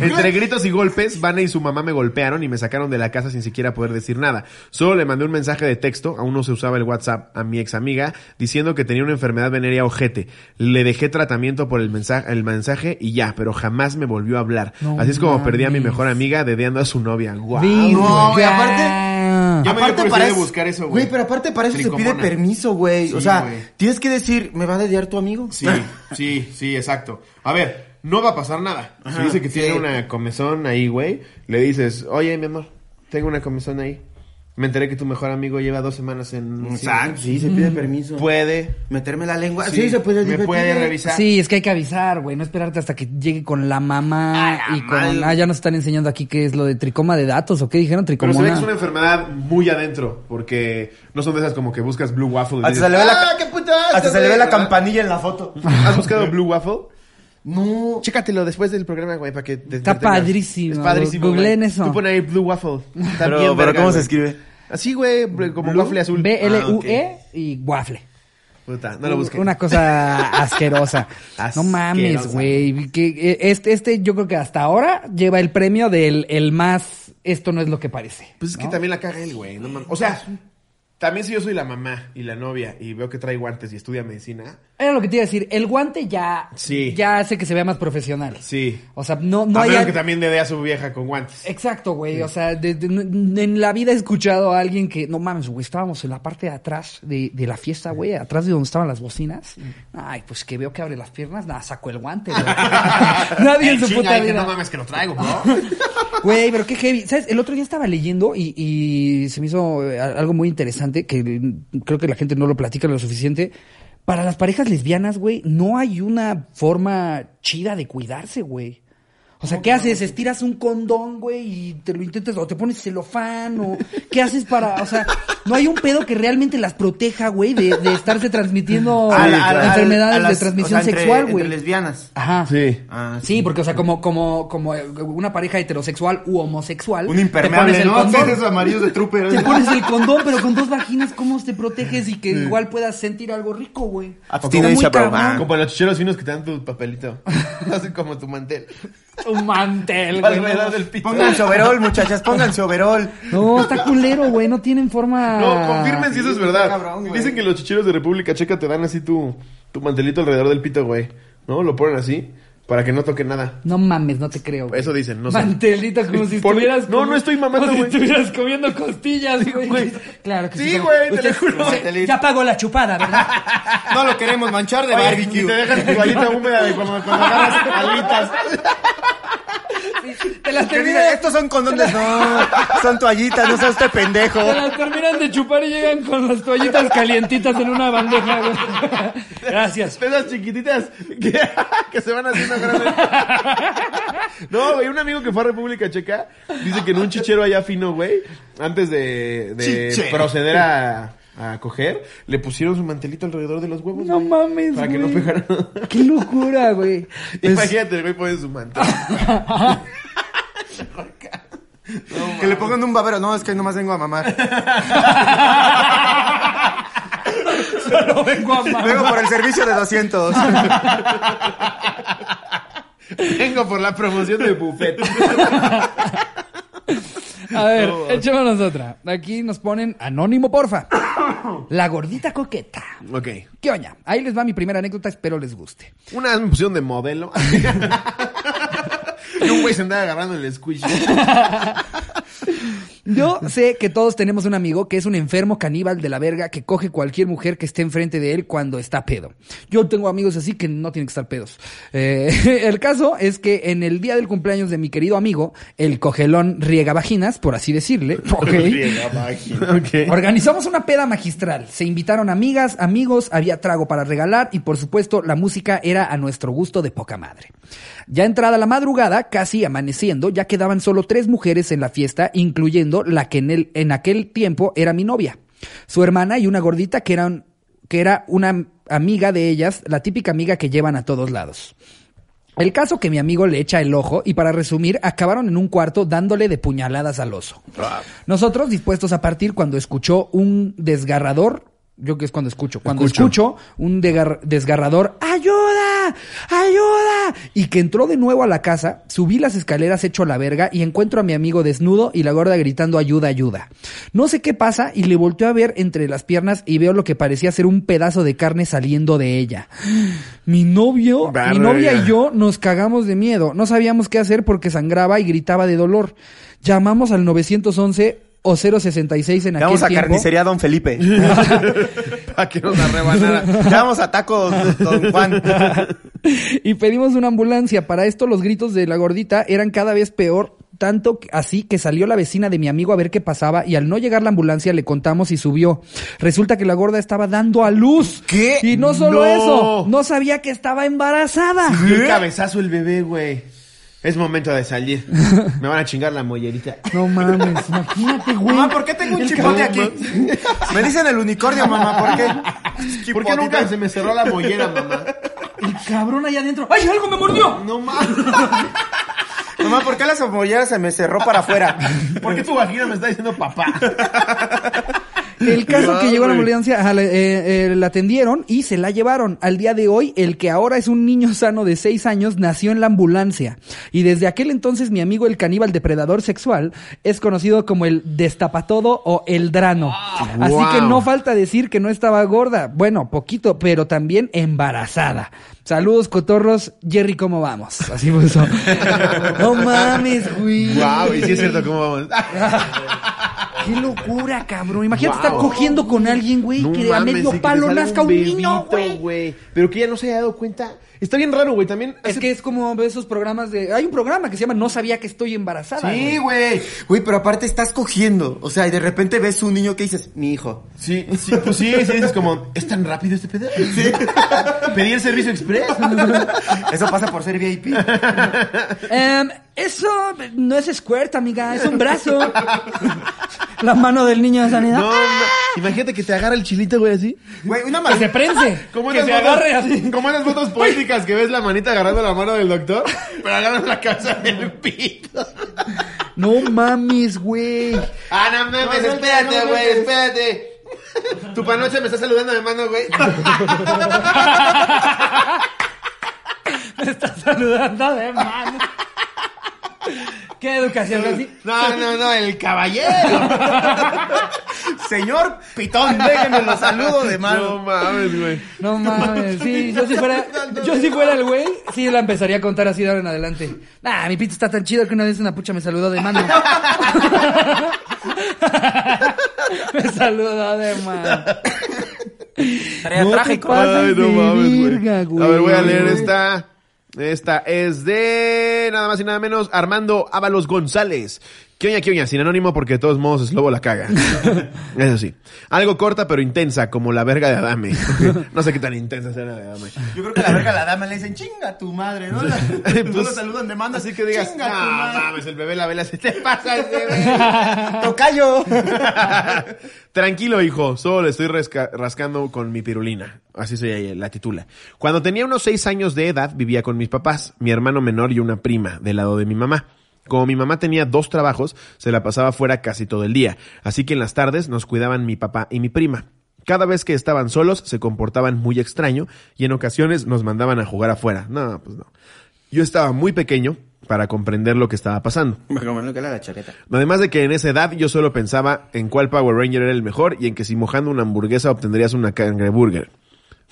S2: Entre gritos y golpes, Vane y su mamá me golpearon y me sacaron de la casa sin siquiera poder decir nada. Solo le mandé un mensaje de texto, aún no se usaba el WhatsApp, a mi ex amiga, diciendo que tenía una enfermedad venérea ojete. Le dejé tratamiento por el mensaje, el mensaje y ya, pero jamás me volvió a hablar.
S1: No
S2: Así es como perdí a mi
S1: mames.
S2: mejor amiga dedeando a su novia. ¡Guau!
S1: Virga.
S3: no, güey, aparte-
S2: Yo me dio curiosidad
S3: para
S2: de
S3: es-
S2: buscar eso, güey.
S3: pero aparte para eso se
S2: Tricomona.
S3: pide permiso, güey. o
S2: Sí,
S3: sea,
S2: güey.
S3: tienes que decir, ¿me va a dediar tu amigo? Ah,
S2: Sí, sí, sí, exacto. A ver, no va a pasar nada. si dice que tiene una comezón ahí, güey, le dices, oye, mi amor, tengo una comezón ahí. Me enteré que tu mejor amigo lleva dos semanas en...
S3: Exacto, Ah, sí, se pide permiso.
S2: Puede.
S3: meterme la lengua.
S2: sí, ¿Me
S3: divertir.
S2: puede revisar?
S1: Sí, es que hay que avisar, güey, no esperarte hasta que llegue con la mamá
S3: Ah,
S1: y
S3: mal.
S1: con... Ah, ya nos están enseñando aquí qué es lo de tricoma de datos o qué dijeron,
S2: Pero se ve que
S1: tricomona.
S2: es una enfermedad muy adentro, porque no son de esas como que buscas Blue Waffle. y
S3: Hasta
S2: dices,
S3: se le ve la,
S4: ¡Ah, qué puto asco,
S3: hasta se le ve
S4: güey!
S3: la campanilla en la foto.
S2: ¿Has buscado Blue Waffle?
S3: No.
S2: Chécatelo después del programa, güey, para que te
S1: Está
S2: entretengas.
S1: padrísimo,
S2: Es padrísimo.
S1: güey. Googleen
S2: güey.
S1: eso.
S2: Tú pones ahí Blue Waffle. Está
S3: Pero,
S2: bien
S3: pero
S2: verga,
S3: ¿cómo se
S2: güey.
S3: escribe?
S2: Así, güey, como waffle azul. Ah,
S1: B-L-U-E y waffle.
S2: Puta, no lo busqué.
S1: E. Uh, Una cosa asquerosa.
S2: Asquerosa.
S1: No mames, güey. Que, eh, Este, este, yo creo que hasta ahora lleva el premio del el más. Esto no es lo que parece.
S2: Pues es que
S1: ¿no?
S2: también la caga él, güey. no mames. o sea, también si yo soy la mamá y la novia y veo que trae guantes y estudia medicina.
S1: Era lo que te iba a decir. El guante ya.
S2: Sí.
S1: Ya hace que se vea más profesional.
S2: Sí.
S1: O sea, no, no
S2: a
S1: hay. Eh,
S2: menos que también dé a su vieja con guantes.
S1: Exacto, güey. O sea, de- de- n- en la vida he escuchado a alguien que, no mames, güey, estábamos en la parte de atrás de, de la fiesta, güey, atrás de donde estaban las bocinas.
S2: Mm.
S1: Ay, pues que veo que abre las piernas, nada, saco el guante, güey. Nadie en su
S2: Chinga,
S1: puta
S2: dije,
S1: vida.
S2: No mames que lo traigo, bro.
S1: Güey, pero qué heavy. ¿Sabes? El otro día estaba leyendo y, y se me hizo eh, algo muy interesante que mm, creo que la gente no lo platica lo suficiente. Para las parejas lesbianas, güey, no hay una forma chida de cuidarse, güey. O sea, ¿qué haces? ¿Estiras un condón, güey, y te lo intentas? ¿O te pones celofán? ¿O qué haces para...? O sea, no hay un pedo que realmente las proteja, güey, de, de estarse transmitiendo
S3: A la- a la-
S1: enfermedades
S3: a las-
S1: de transmisión
S3: o sea, entre-
S1: sexual, güey.
S3: Entre lesbianas.
S1: Ajá.
S2: Sí.
S3: Ah,
S1: Sí, porque, o sea, como, como, como eh, una pareja heterosexual u homosexual.
S3: Un
S1: te
S3: impermeable, ¿no?
S1: pones el
S3: Esos
S1: condón.
S3: amarillos de trooper.
S1: Te pones el condón, pero con dos vaginas, ¿cómo te proteges y que igual puedas sentir algo rico, güey?
S3: Abstinencia,
S1: Está muy
S3: bro. Ah.
S1: cabrón.
S2: Como los chicheros finos que te dan tu papelito. Así como tu mantel.
S1: Un mantel, güey.
S2: Alrededor del pito.
S3: Pónganse overol, muchachas, pónganse overol.
S1: No, está culero, güey. No tienen forma.
S2: No, confirmen si eso es verdad.
S3: Ah, cabrón, güey.
S2: Dicen que los chicheros de República Checa te dan así tu, tu mantelito alrededor del pito, güey. ¿No? Lo ponen así para que no toque nada.
S1: No mames, no te creo. güey.
S2: Eso dicen, no sé.
S1: Mantelito, como
S2: Sí,
S1: si
S2: pon-
S1: estuvieras.
S2: No,
S1: comi-
S2: no estoy mamando,
S1: Como si
S2: güey.
S1: estuvieras comiendo costillas, güey.
S2: güey.
S1: Claro que sí.
S2: Sí,
S1: como-
S2: güey, te
S1: Usted-
S2: lo juro.
S1: usted- Ya pagó la chupada, ¿verdad?
S3: No lo queremos manchar de
S2: Oye, Y te dejas tu toallita húmeda de cuando, cuando agarras alitas.
S1: Sí, Te las
S3: Que dice,
S1: terminas.
S3: Estos son condones, no. Son toallitas, no seas este pendejo.
S1: Se las terminan de chupar y llegan con las toallitas calientitas en una bandeja, güey. Gracias.
S2: De esas chiquititas que, que se van haciendo grandes. No, güey, un amigo que fue a República Checa dice que en un chichero allá fino, güey, antes de, de
S3: Chichero.
S2: proceder a, a coger, le pusieron su mantelito alrededor de los huevos.
S1: No
S2: güey,
S1: mames,
S2: Para que no
S1: güey.
S2: pegaran.
S1: Qué locura, güey.
S2: Imagínate, el güey pone su mantel.
S3: que le pongan un babero. No, es que nomás vengo a mamar.
S1: Solo vengo a mamar.
S3: Vengo por el servicio de 200.
S1: Ah,
S2: Vengo por la promoción de buffet.
S1: A ver, echémonos otra. Aquí nos ponen anónimo, porfa. La gordita coqueta.
S2: ok.
S1: ¿Qué oña? Ahí les va mi primera anécdota, espero les guste.
S2: Una opción de modelo. Y un güey se andaba agarrando el squish.
S1: Yo sé que todos tenemos un amigo que es un enfermo caníbal de la verga que coge cualquier mujer que esté enfrente de él cuando está pedo. Yo tengo amigos así que no tienen que estar pedos. Eh, el caso es que en el día del cumpleaños de mi querido amigo, el cogelón riega vaginas, por así decirle, ok,
S2: Ok.
S1: organizamos una peda magistral. Se invitaron amigas, amigos, había trago para regalar y por supuesto la música era a nuestro gusto de poca madre. Ya entrada la madrugada, casi amaneciendo, ya quedaban solo tres mujeres en la fiesta, incluyendo la que en, el- en aquel tiempo era mi novia. Su hermana y una gordita que eran que era una amiga de ellas, la típica amiga que llevan a todos lados. El caso que mi amigo le echa el ojo y para resumir, acabaron en un cuarto dándole de puñaladas al oso. Nosotros dispuestos a partir cuando escuchó un desgarrador, yo que es cuando escucho, cuando escucho, un degar- desgarrador, ¡ayuda! ¡ayuda! Y que entró de nuevo a la casa, subí las escaleras hecho la verga y encuentro a mi amigo desnudo y la gorda gritando ayuda, ayuda. No sé qué pasa y le volteo a ver entre las piernas y veo lo que parecía ser un pedazo de carne saliendo de ella. Mi novio, mi
S2: Verga.
S1: novia y yo yo nos cagamos de miedo. No sabíamos qué hacer porque sangraba y gritaba de dolor. Llamamos al 911 o 066 en
S3: Ya
S1: aquel
S3: vamos a
S1: tiempo.
S3: carnicería Don Felipe.
S2: Para Ah, que nos la rebanara.
S3: Ya vamos a tacos Don Juan.
S1: y pedimos una ambulancia. Para esto los gritos de la gordita eran cada vez peor. Tanto que- así que salió la vecina de mi amigo a ver qué pasaba y al no llegar la ambulancia le contamos y subió. Resulta que la gorda estaba dando a luz.
S3: ¿Qué?
S1: Y no solo
S2: No.
S1: eso, no sabía que estaba embarazada.
S2: ¡Qué cabezazo el bebé, güey! Es momento de salir. Me van a chingar la mollerita.
S1: No mames, imagínate, güey.
S3: Mamá, ¿por qué tengo un chipote aquí? Me dicen el unicornio, mamá, ¿por qué?
S2: ¿Por qué nunca se me cerró la mollera, mamá?
S1: El cabrón allá adentro. ¡Ay, algo me mordió!
S2: No mames.
S3: Mamá, ¿por qué la sombrillera se me cerró para afuera?
S2: ¿Por qué tu vagina me está diciendo papá?
S1: El caso que
S2: Ya,
S1: llegó a la
S2: güey.
S1: ambulancia, ajá, la, eh, eh, la atendieron y se la llevaron. Al día de hoy, el que ahora es un niño sano de 6 años nació en la ambulancia. Y desde aquel entonces, mi amigo el caníbal depredador sexual es conocido como el destapatodo o el drano.
S2: Ah.
S1: Así que
S2: Wow.
S1: no falta decir que no estaba gorda. Bueno, poquito, pero también embarazada. Saludos, cotorros. Jerry, ¿cómo vamos? Así puso. no mames, güey.
S2: Wow, y sí es cierto, ¿cómo vamos?
S1: Qué locura, cabrón. Imagínate estar
S2: Wow.
S1: cogiendo con alguien, güey,
S2: No
S1: que a
S2: mames,
S1: medio
S2: sí, que te
S1: palo
S2: salga
S1: nazca un,
S2: bebito,
S1: niño, güey.
S2: Pero que ella no se haya dado cuenta. Está bien raro, güey. También.
S1: Es
S2: hace-
S1: que es como esos programas de. Hay un programa que se llama No sabía que estoy embarazada.
S2: Sí,
S1: güey.
S2: güey.
S3: Güey, pero aparte estás cogiendo. O sea, y de repente ves un niño que dices, mi hijo.
S2: Sí, sí, pues sí, sí, es como, ¿es tan rápido este pedo? Sí. Pedí el servicio express.
S3: Eso pasa por ser VIP.
S1: Em, eso no es squirt, amiga, es un brazo. La mano del niño de sanidad.
S2: No, no. Imagínate que te agarra el chilito, güey, así.
S3: Güey, una
S1: Que se
S3: maldita.
S1: prense.
S2: Como
S1: que
S2: esas
S1: se
S2: fotos-
S1: agarre así.
S2: Como esas fotos poéticas que ves la manita agarrando la mano del doctor, pero agarras la casa del pito.
S1: No mames, güey.
S2: Ah, no
S3: No,
S2: mames,
S3: no,
S2: espérate,
S3: no,
S2: güey,
S3: no, no.
S2: espérate. Tu panoche me está saludando de mano, güey.
S1: Me está saludando de mano. Qué educación, así.
S2: No, no, no, el caballero.
S3: Señor Pitón, déjenme los saludos
S2: No
S3: de mano.
S2: mames, güey.
S1: No mames, sí, yo si fuera, yo si fuera el güey, sí la empezaría a contar así de ahora en adelante. Nah, mi pito está tan chido que una vez una pucha me saludó de mano. me saludó de mano.
S3: Tarea
S1: No te
S3: trágica.
S1: pases de virga,
S2: A ver, voy a leer
S1: güey.
S2: esta. Esta es de nada más y nada menos Armando Ábalos González. ¿Qué oña, qué oña? Sin anónimo porque de todos modos es lobo la caga. Eso sí. Algo corta pero intensa, como la verga de Adame. no sé qué tan intensa sea la de Adame.
S3: Yo creo que la verga la dama le dicen, chinga tu madre, ¿no? La- no
S2: Pues,
S3: lo saludan de mano,
S2: Así que digas, "Ah, no
S3: chinga tu madre.
S2: mames, el bebé la vela se te pasa el bebé.
S3: Tocayo.
S2: Tranquilo, hijo, solo le estoy rasca- rascando con mi pirulina. Así se la titula. Cuando tenía unos seis años de edad, vivía con mis papás, mi hermano menor y una prima, del lado de mi mamá. Como mi mamá tenía dos trabajos, se la pasaba fuera casi todo el día, así que en las tardes nos cuidaban mi papá y mi prima. Cada vez que estaban solos se comportaban muy extraño y en ocasiones nos mandaban a jugar afuera. No, pues no. Yo estaba muy pequeño para comprender lo que estaba pasando.
S3: Me lo que era la chaqueta.
S2: Además de que en esa edad yo solo pensaba en cuál Power Ranger era el mejor y en que si mojando una hamburguesa obtendrías una cangreburger.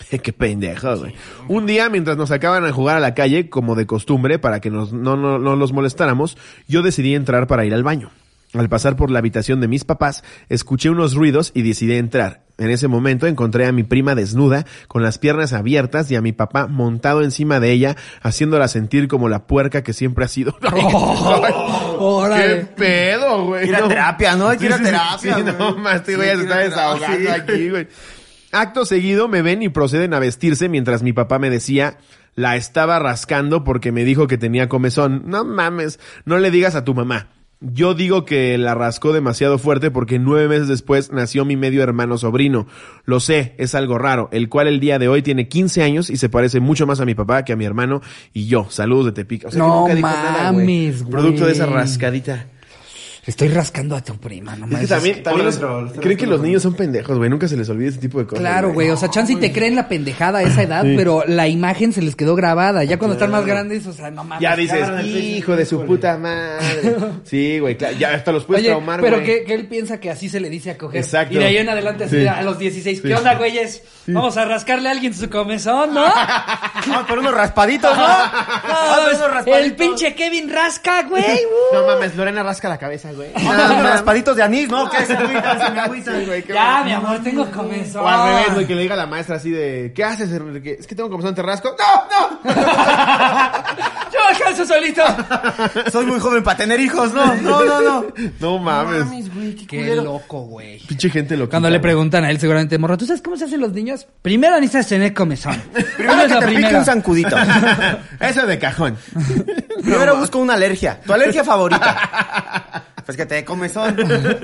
S2: Qué pendejo, güey. Un día, mientras nos sacaban a jugar a la calle, como de costumbre, para que nos- no, no, no los molestáramos, yo decidí entrar para ir al baño. Al pasar por la habitación de mis papás, escuché unos ruidos y decidí entrar. En ese momento encontré a mi prima desnuda, con las piernas abiertas y a mi papá montado encima de ella, haciéndola sentir como la puerca que siempre ha sido. ¡Qué
S1: Órale.
S2: pedo, güey!
S3: Ir a terapia, ¿no? Hay que ir a
S2: Sí, sí,
S3: terapia,
S2: Sí,
S3: güey.
S2: no, más, este güey ya se
S3: Sí, ir
S2: está
S3: a terapia,
S2: desahogando
S3: sí.
S2: aquí, güey. Acto seguido me ven y proceden a vestirse mientras mi papá me decía la estaba rascando porque me dijo que tenía comezón. No mames, no le digas a tu mamá. Yo digo que la rascó demasiado fuerte porque nueve meses después nació mi medio hermano sobrino. Lo sé, es algo raro, el cual el día de hoy tiene 15 años y se parece mucho más a mi papá que a mi hermano y yo. Saludos de Tepic. O sea,
S1: No
S2: que nunca dijo nada, güey.
S1: mames, güey.
S2: Producto de esa rascadita.
S1: Estoy rascando a tu prima, no
S2: Es que
S1: mames.
S2: también,
S1: Es
S2: también
S3: Ponlo,
S2: los-
S3: pero lo está
S2: creen que
S3: haciendo
S2: los niños son pendejos, güey. Nunca se les olvida ese tipo de
S1: que-
S2: cosas.
S1: Claro, güey. O sea, chance y te creen la pendejada a esa edad, pero la imagen se les quedó grabada. Ya cuando están más grandes, o sea, no mames.
S2: Ya dices,
S1: cabrón.
S2: hijo de su puta madre. Sí, güey, claro, ya hasta los puedes
S1: Oye,
S2: traumar,
S1: pero
S2: güey.
S1: que, que él piensa que así se le dice a coger.
S2: Exacto.
S1: Y de ahí en adelante así
S2: Sí.
S1: a los 16.
S2: Sí.
S1: ¿Qué onda, güeyes? Vamos a rascarle a alguien su comezón, ¿no?
S3: Ah, pero unos raspaditos, ¿no? Ah, pero unos raspaditos.
S1: el pinche Kevin rasca, güey. uh.
S4: No mames, Lorena rasca la cabeza, güey.
S3: Ah, pero unos raspaditos de anís, ¿no? ¿Qué se agüitan? Se me agüitan, güey. qué
S1: ya, mi amor, tengo comezón.
S2: O al revés, güey, que le diga a la maestra así de, ¿qué haces, Enrique? Es que tengo comezón, te rasco. ¡No, no!
S1: Yo alcanzo solito.
S3: bueno. Soy muy joven para tener hijos, ¿no? No, no, no.
S2: No mames.
S1: Qué loco, güey.
S2: Pinche gente loca.
S1: Cuando le preguntan a él, seguramente, morro, ¿tú sabes cómo se hacen los niños? Primero necesitas tener comezón.
S3: Primero
S1: Esa
S3: que te pique
S1: primera.
S3: un zancudito.
S2: Eso de cajón.
S3: Primero busco una alergia. ¿Tu alergia favorita? Pues que te dé comezón.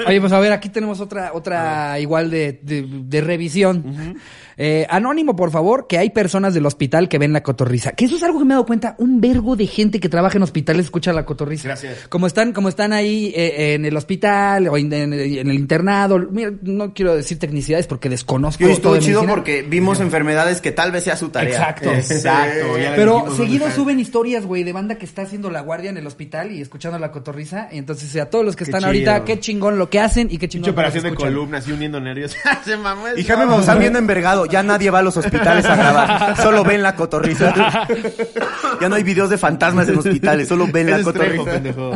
S1: Oye, pues a ver, aquí tenemos otra, otra igual de, de- de revisión. Eh, anónimo, por favor, que hay personas del hospital que ven la cotorriza. Que eso es algo que me he dado cuenta. Un vergo de gente que trabaja en hospitales escucha la cotorriza.
S2: Gracias.
S1: Como están, como están ahí eh, en el hospital o in- en, en el internado. Mira, no quiero decir tecnicidades porque desconozco.
S3: Yo estuvo
S1: todo de
S3: chido
S1: medicina.
S3: porque vimos enfermedades que tal vez sea su tarea.
S1: Exacto.
S3: Exacto. ya le
S1: Pero
S3: dijimos
S1: seguido
S3: dónde está.
S1: suben historias, güey, de banda que está haciendo la guardia en el hospital y escuchando la cotorriza. Y entonces, eh, a todos los que
S2: Qué
S1: están
S2: chido.
S1: ahorita, qué chingón lo que hacen y qué chingón.
S2: Pinche
S1: lo que
S2: operación de
S1: escuchan.
S2: columnas y uniendo nervios. Se mamó
S3: Y
S2: eso.
S3: Jaime Maussan viendo envergado, ya nadie va a los hospitales a grabar, solo ven la cotorriza. Ya no hay videos de fantasmas en hospitales, solo ven
S2: Ese
S3: la
S2: es Trejo,
S3: cotorriza.
S2: pendejo.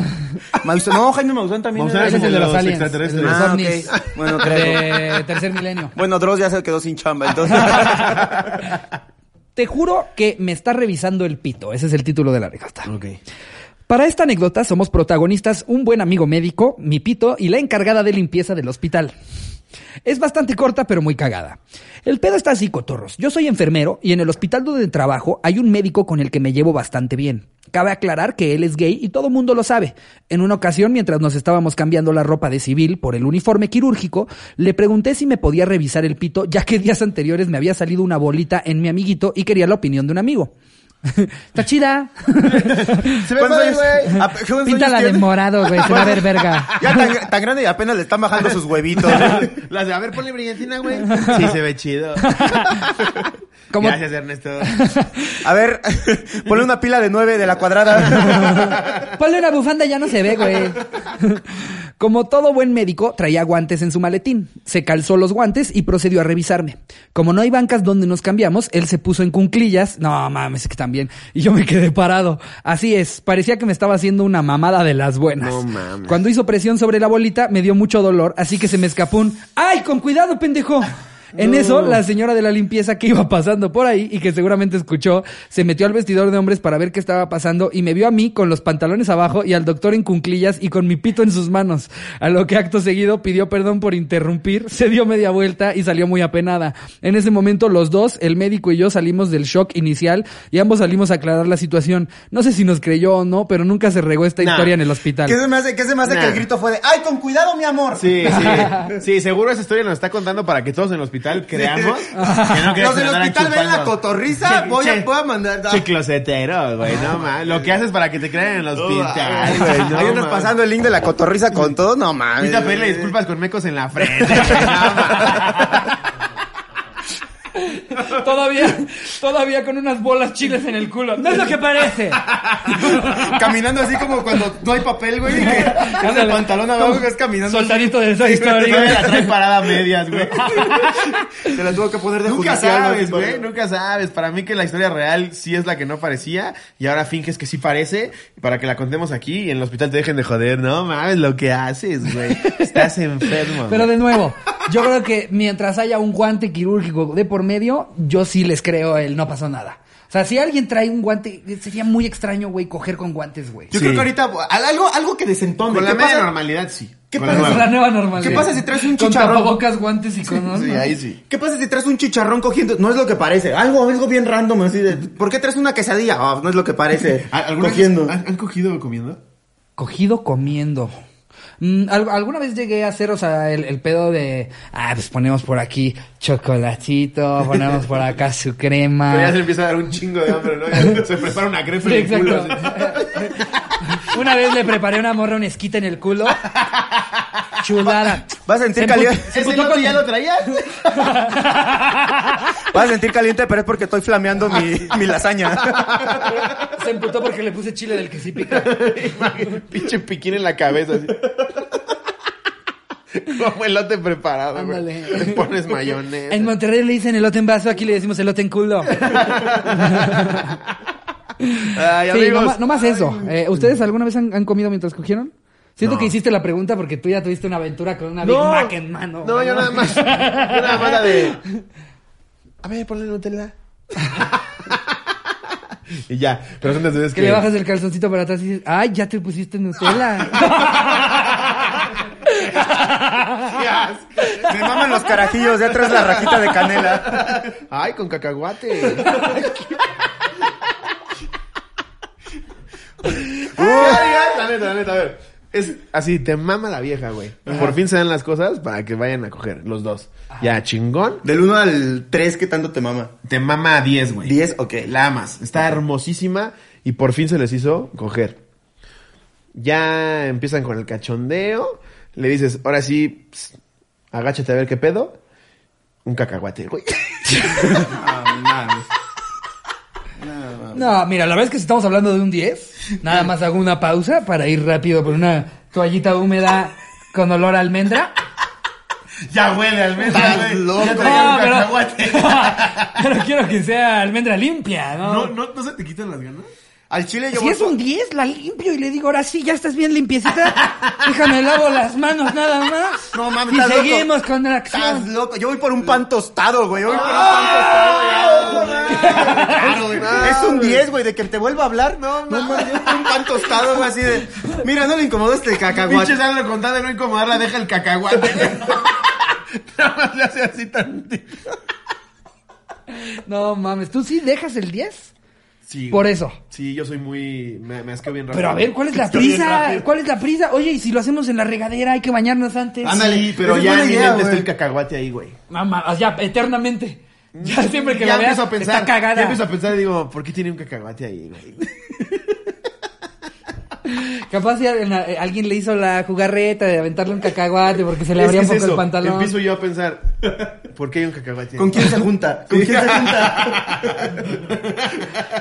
S3: Maussan- no, Jaime Maussan también.
S2: Maussan
S3: era
S2: es el
S3: como
S2: de los
S1: aliens,
S2: extraterrestres.
S1: el de los
S3: Ah,
S1: ovnis.
S3: ok. Bueno, creo.
S1: De tercer milenio.
S3: Bueno, Dross ya se quedó sin chamba, entonces.
S1: Te juro que me está revisando el pito. Ese es el título de la anécdota.
S2: Ok.
S1: Para esta anécdota somos protagonistas un buen amigo médico, mi pito y la encargada de limpieza del hospital. Es bastante corta pero muy cagada. El pedo está así, cotorros. Yo soy enfermero y en el hospital donde trabajo hay un médico con el que me llevo bastante bien. Cabe aclarar que él es gay y todo mundo lo sabe. En una ocasión, mientras nos estábamos cambiando la ropa de civil por el uniforme quirúrgico, le pregunté si me podía revisar el pito, ya que días anteriores me había salido una bolita en mi amiguito y quería la opinión de un amigo. Está chida.
S2: Se ve
S3: ¿Cuántos
S2: padre,
S3: años-
S2: güey.
S3: Ah, ¿cuántos años
S1: Píntala de
S3: tiene?
S1: morado, güey. Se va a ver verga.
S3: Ya tan, tan grande y apenas le están bajando sus huevitos.
S2: Las de, a ver, ponle brillantina, güey. Sí, se ve chido.
S1: Como-
S2: Gracias, Ernesto.
S3: A ver, ponle una pila de nueve de la cuadrada.
S1: Ponle una bufanda, ya no se ve, güey. Como todo buen médico, traía guantes en su maletín. Se calzó los guantes y procedió a revisarme. Como no hay bancas donde nos cambiamos, él se puso en cunclillas. No mames, es que también. Y yo me quedé parado. Así es, parecía que me estaba haciendo una mamada de las buenas.
S2: No mames.
S1: Cuando hizo presión sobre la bolita, me dio mucho dolor, así que se me escapó un ¡Ay, con cuidado, pendejo! En eso, la señora de la limpieza que iba pasando por ahí y que seguramente escuchó, se metió al vestidor de hombres para ver qué estaba pasando y me vio a mí con los pantalones abajo y al doctor en cunclillas y con mi pito en sus manos. A lo que acto seguido pidió perdón por interrumpir, se dio media vuelta y salió muy apenada. En ese momento, los dos, el médico y yo, salimos del shock inicial y ambos salimos a aclarar la situación. No sé si nos creyó o no, pero nunca se regó esta
S2: Nah.
S1: historia en el hospital.
S3: ¿Qué se me hace, qué se me hace
S2: Nah.
S3: que el grito fue de, ay, con cuidado, mi amor?
S2: Sí, sí. Sí, seguro esa historia nos está contando para que todos en el hospital creamos que no
S3: Los del
S2: andaran
S3: hospital ven la
S2: chupando.
S3: cotorriza,
S2: Che,
S3: voy
S2: che.
S3: a, voy a mandar.
S2: Che closetero, güey, no mames. Lo que haces para que te crean en el hospital, güey, no
S3: Hay unos
S2: mames.
S3: pasando el link de la cotorriza con todo, no mames.
S2: Vete a pedirle disculpas con mecos en la frente, güey, no mames.
S1: Todavía, todavía con unas bolas chiles en el culo. No es lo que parece.
S3: Caminando así como cuando no hay papel, güey. Que es el
S1: Ándale.
S3: pantalón abajo que es caminando.
S1: Soltadito de esa
S2: Todavía
S1: historia.
S2: la trae parada a medias, güey.
S3: Se la tuvo que poner de
S2: Nunca
S3: judicial,
S2: sabes,
S3: ¿no?
S2: güey, nunca sabes. Para mí que la historia real sí es la que no parecía y ahora finges que sí parece para que la contemos aquí y en el hospital te dejen de joder. No mames, lo que haces, güey. Estás enfermo.
S1: Pero
S2: güey.
S1: de nuevo, yo creo que mientras haya un guante quirúrgico de por medio, yo sí les creo el no pasó nada. O sea, si alguien trae un guante, sería muy extraño, güey, coger con guantes, güey.
S3: Yo
S2: Sí.
S3: creo que ahorita al- algo, algo que desentone.
S2: Con la
S3: ¿Qué
S2: media
S3: pasa-
S2: normalidad, sí.
S3: ¿Qué
S2: Con
S3: pasa?
S1: Es
S2: nueva.
S1: la nueva normalidad.
S3: ¿Qué pasa si traes un
S1: Con
S3: chicharrón?
S1: tapabocas, guantes y con...
S2: Sí, ahí sí.
S3: ¿Qué pasa si traes un chicharrón cogiendo? No es lo que parece. Algo, algo bien random así de. ¿Por qué traes una quesadilla? Ah, no es lo que parece.
S2: ¿Al- alguna vez
S3: cogiendo.
S2: ¿Han, han cogido comiendo?
S1: Cogido comiendo. Mm, al- alguna vez llegué a hacer, o sea, el, el pedo de, ah, pues ponemos por aquí chocolatito, ponemos por acá su crema.
S2: Pero ya se empieza a dar un chingo de hambre, ¿no? Ya se prepara una crepa
S1: Sí,
S2: en el culo.
S1: exacto. Una vez le preparé a una morra una esquita en el culo. Chulada.
S3: Vas a sentir
S1: Se
S3: caliente.
S1: empu- se
S4: ¿Ese
S1: emputó
S4: lote
S1: con-
S4: ya lo traías?
S3: Vas a sentir caliente, pero es porque estoy flameando mi, mi lasaña.
S1: Se emputó porque le puse chile del que sí pica.
S2: Pinche piquín en la cabeza. Así. Como elote preparado, güey.
S1: Ándale.
S2: Le pones mayonesa.
S1: En Monterrey le dicen elote en vaso, aquí le decimos elote en culo.
S2: Ay,
S1: Sí,
S2: amigos.
S1: nomás, nomás eso. Eh, ¿Ustedes alguna vez han, han comido mientras cogieron? Siento que hiciste la pregunta porque tú ya tuviste una aventura con una Big Mac en mano.
S2: No,
S1: güey,
S2: yo nada más. Yo nada más la de. A ver, ponle Nutella. y ya. Pero son las veces
S1: Que le bajas el calzoncito para atrás y dices, ay, ya te pusiste Nutella.
S3: Me maman los carajillos, de atrás la rajita de canela.
S2: Ay, con cacahuate. Uy, la neta, la neta, a ver. Es así, te mama la vieja, güey. Por fin se dan las cosas para que vayan a coger, los dos. Ya, chingón.
S3: Del 1 al 3, ¿qué tanto te mama?
S2: Te mama a 10, güey.
S3: 10, ok.
S2: La amas. Está hermosísima y por fin se les hizo coger. Ya empiezan con el cachondeo. Le dices, ahora sí, ps, agáchate a ver qué pedo. Un cacahuate, güey.
S3: Ah,
S1: no, mira, la verdad es que si estamos hablando de un 10, nada más hago una pausa para ir rápido por una toallita húmeda con olor a almendra.
S2: Ya huele al menos.
S3: Estás loco.
S1: No, pero, pero quiero que sea almendra limpia, ¿no?
S2: no, no se te quitan las ganas.
S3: Al chile yo
S1: Pues Si es
S3: voy
S1: un 10, la limpio y le digo, ahora sí, ya estás bien limpiecita. Déjame lavo las manos nada más.
S3: No mames,
S1: Y
S3: estás loco.
S1: seguimos con la
S3: Estás
S1: acción.
S3: loco. Yo voy por un pan tostado, güey. Yo voy por un pan tostado. ya. Claro, güey. es un 10, güey, de que te vuelva a hablar. No, no, no. Yo voy por un pan tostado, güey, así de. Mira, no le incomodó este
S2: Pinche
S3: cacahuate.
S2: sangre con tal de no incomodarla, deja el cacahuate. Nada más le hace así tantito.
S1: No mames, ¿tú sí dejas el 10?
S2: Sí,
S1: Por
S2: güey.
S1: eso.
S2: Sí, yo soy muy. Me, me asqueo bien rápido.
S1: Pero a ver, ¿cuál es la
S2: Estoy bien
S1: prisa?
S2: rápido.
S1: ¿Cuál es la prisa? Oye, y si lo hacemos en la regadera, hay que bañarnos antes.
S2: Ándale,
S3: Sí,
S2: pero
S3: esa es
S2: ya
S3: buena
S2: en mi
S3: idea,
S2: mente
S3: güey.
S2: está el cacahuate ahí, güey.
S1: Mamá, ya, eternamente. Ya siempre que la
S2: ya
S1: veas,
S2: empiezo a pensar.
S1: está cagada.
S2: Ya empiezo a pensar y digo, ¿por qué tiene un cacahuate ahí, güey?
S1: Capaz ya en la- eh, alguien le hizo la jugarreta de aventarle un cacahuate porque se le abría
S2: que
S1: un poco
S2: eso,
S1: el pantalón.
S2: Empiezo yo a pensar, ¿por qué hay un cacahuate ahí?
S3: ¿Con quién se junta? ¿Con quién se junta?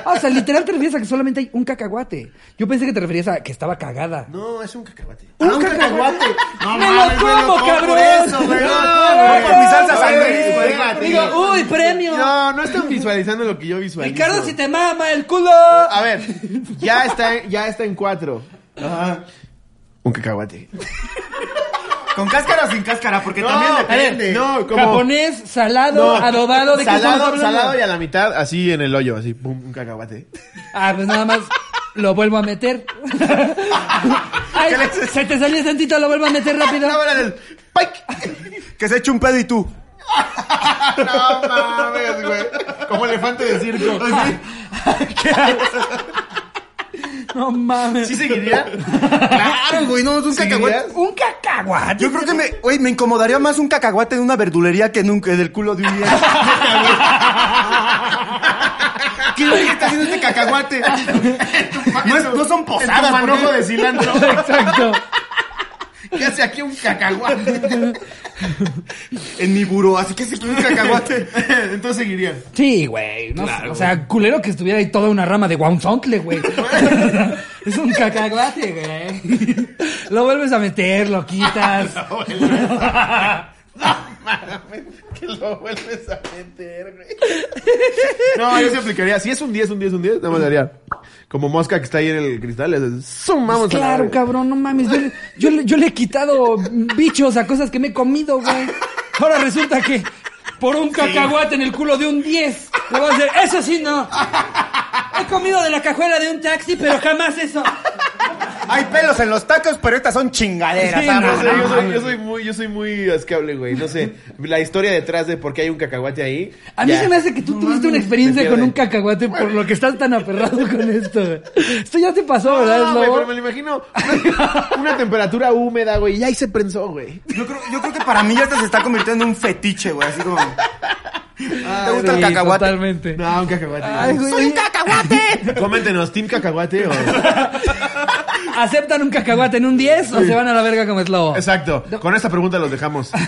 S1: Ah, o sea, literal te refieres a que solamente hay un cacahuate. Yo pensé que te referías a que estaba cagada.
S2: No, es un cacahuate.
S1: ¡Un
S3: Ah, un
S1: cacahuate!
S3: cacahuate.
S1: ¡Me lo
S2: güey,
S1: como, cabrón!
S2: Por eso, güey. No,
S1: No,
S2: güey.
S1: por mi salsa
S2: Güey,
S3: sangre.
S2: espérate.
S1: Digo, ¡uy, premio!
S2: No, no están visualizando lo que yo visualizo.
S1: ¡Ricardo, si te mama el culo!
S2: A ver, ya está, ya está en cuatro.
S3: Ajá.
S2: Un cacahuate.
S3: ¿Con cáscara o sin cáscara? Porque también
S2: a ver,
S3: depende.
S2: no, como...
S1: Japonés, salado,
S2: no.
S1: adobado, ¿de qué estamos
S2: salado,
S1: hablando?
S2: salado y a la mitad, así en el hoyo, así, pum, un cacahuate.
S1: Ah, pues nada más lo vuelvo a meter. Ay,
S3: ¿Qué le haces?
S1: se te salió tantito, lo vuelvo a meter rápido.
S2: Ahora en el pike.
S3: Que se eche un pedo y tú.
S2: No mames, güey. Como elefante de circo.
S1: No mames.
S2: ¿Sí seguiría?
S3: Claro, güey, no, es un cacahuate.
S1: Un cacahuate.
S3: Yo creo que me, güey, me incomodaría más un cacahuate en una verdulería que nunca del culo de un día. ¿Qué es lo que está haciendo este cacahuate? No, es- no son posadas,
S2: Sabe manojo
S3: porque-
S2: de cilantro.
S1: Exacto.
S2: ¿Qué hace aquí un cacahuate?
S3: En mi buró, así que se quiere un cacahuate.
S2: Entonces seguiría.
S1: Sí, güey. no sé, o sea, culero que estuviera ahí toda una rama de guanzontle, güey. es un cacahuate, güey. Lo vuelves a meter, lo quitas.
S2: Que lo vuelves a meter, güey. No, yo se aplicaría. Si es un 10, un 10, un 10, nada más haría. Como mosca que está ahí en el cristal, es sumamos a la
S1: Pues claro,
S2: verga.
S1: cabrón, no mames. Yo, le- yo le- yo le he quitado bichos a cosas que me he comido, güey. Ahora resulta que por un cacahuate en el culo de un 10, le voy a hacer, eso sí no. He comido de la cajuela de un taxi, pero jamás eso.
S3: Hay pelos en los tacos, pero estas son chingaderas.
S1: Sí,
S3: ah,
S1: no,
S2: No sé, yo,
S3: mames.
S2: soy, yo soy muy, yo soy muy ascable, güey. No sé. La historia detrás de por qué hay un cacahuate ahí.
S1: A mí
S2: ya.
S1: se me hace que tú tuviste una experiencia
S2: me
S1: con
S2: pierde.
S1: un cacahuate por lo que estás tan aferrado con esto. güey. Esto ya te pasó, ¿verdad,
S2: No, güey,
S1: Slobo?
S2: pero me lo imagino. Una, una temperatura húmeda, güey. Y ahí se prensó, güey.
S3: Yo creo, yo creo que para mí ya hasta se está convirtiendo en un fetiche, güey. Así como. ¿Te gusta el
S1: Sí,
S3: cacahuate?
S1: Totalmente.
S2: No, un cacahuate.
S3: ¡Soy un cacahuate!
S2: Coméntenos, ¿team cacahuate o...?
S1: ¿Aceptan un cacahuate en un 10 o se van a la verga como Slobo?
S2: Exacto. Con esta pregunta los dejamos eh,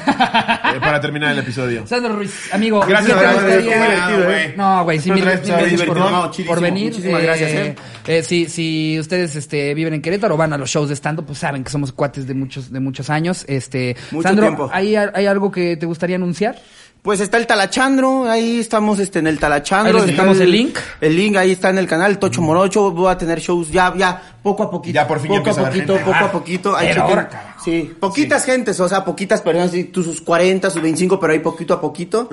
S2: para terminar el episodio.
S1: Sandro Ruiz, amigo.
S2: Gracias,
S1: ¿qué te
S2: gracias,
S1: gustaría-
S2: fue divertido,
S3: güey.
S1: No, güey, sí, mil,
S2: Otra vez,
S1: mil
S2: Xavi,
S1: gracias por,
S2: divertido.
S3: No,
S1: por
S3: chidísimo,
S1: venir.
S3: muchísimas gracias,
S1: Eh, eh, si, si ustedes este, viven en Querétaro o van a los shows de stand-up, pues saben que somos cuates de muchos, de muchos años. Este,
S3: Mucho
S1: Sandro,
S3: tiempo.
S1: ¿hay, ¿hay algo que te gustaría anunciar?
S3: Pues está el Talachandro, ahí estamos este, en el
S1: Ahí
S3: Talachandro.
S1: les
S3: está
S1: dejamos el link. Mm.
S3: El link ahí está en el canal, Tocho Morocho, voy a tener shows ya, ya, poco a poquito.
S2: Ya por fin ya
S3: Poco
S2: empieza a
S3: a
S2: haber
S3: poquito,
S2: gente.
S3: poco
S2: Ah,
S3: a poquito. ahí
S1: pero
S3: chequen.
S1: ahora, carajo.
S3: Sí, poquitas gentes, o sea, poquitas personas, sí, tú sus 40, sus 25, pero ahí poquito a poquito.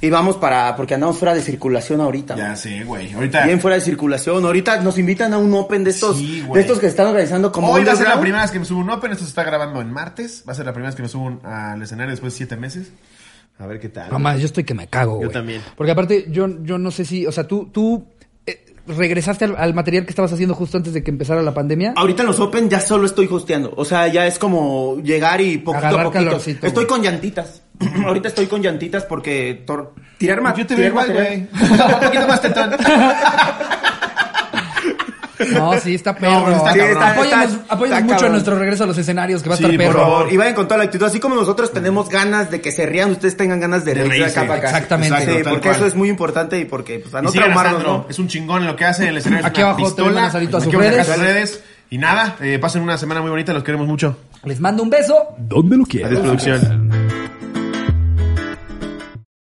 S3: Y vamos para, porque andamos fuera de circulación ahorita.
S2: Ya
S3: man.
S2: sé, güey. Ahorita...
S3: Bien fuera de circulación. Ahorita nos invitan a un open de estos,
S2: Sí, güey.
S3: de estos que se están organizando como
S2: Hoy va a ser la
S3: underground.
S2: primera vez que me subo un Open. Esto se está grabando en martes. Va a ser la primera vez que me subo un- al escenario después de siete meses. A ver qué tal.
S1: Mamá, yo estoy que me cago, güey.
S2: también.
S1: Porque aparte, yo, yo no sé si, o sea, tú, tú eh, regresaste al, al material que estabas haciendo justo antes de que empezara la pandemia.
S2: Ah.
S3: Ahorita en los Open ya solo estoy hosteando. O sea, ya es como llegar y poquito
S1: Agarrar
S3: a poquito.
S1: calorcito,
S3: estoy
S1: güey.
S3: con llantitas. Ahorita estoy con llantitas porque tor- Pues tirar más.
S2: Yo te veo igual, güey. un poquito más tetón.
S1: No, sí, está
S2: No,
S1: perro.
S2: pero está
S1: Sí,
S2: cabrón.
S1: está- apóyanos
S3: está-
S1: apóyanos
S3: está
S1: mucho
S3: cabrón.
S1: en nuestro regreso a los escenarios, que va a
S2: Sí,
S1: estar
S2: por
S1: perro.
S3: Por favor, y vayan con toda la actitud. Así como nosotros tenemos ganas de que se rían, ustedes tengan ganas de reírse de
S2: reírse,
S3: acá para acá.
S1: exactamente.
S3: Sí,
S2: Exacto, tal
S3: porque
S2: cual.
S3: eso es muy importante y porque, pues, a
S2: Y
S3: no
S2: sigan a
S3: traumarnos,
S2: Sandro.
S3: ¿no?
S2: Es un chingón en lo que hace. El escenario
S1: Aquí
S2: es una
S1: abajo te
S2: pistola.
S1: mandan un saludito a
S2: Aquí
S1: sus
S2: abajo
S1: redes.
S2: a sus redes. Y nada, eh, pasen una semana muy bonita. Los queremos mucho.
S1: Les mando un beso.
S5: ¿Dónde lo quieres?
S2: Adiós, producción.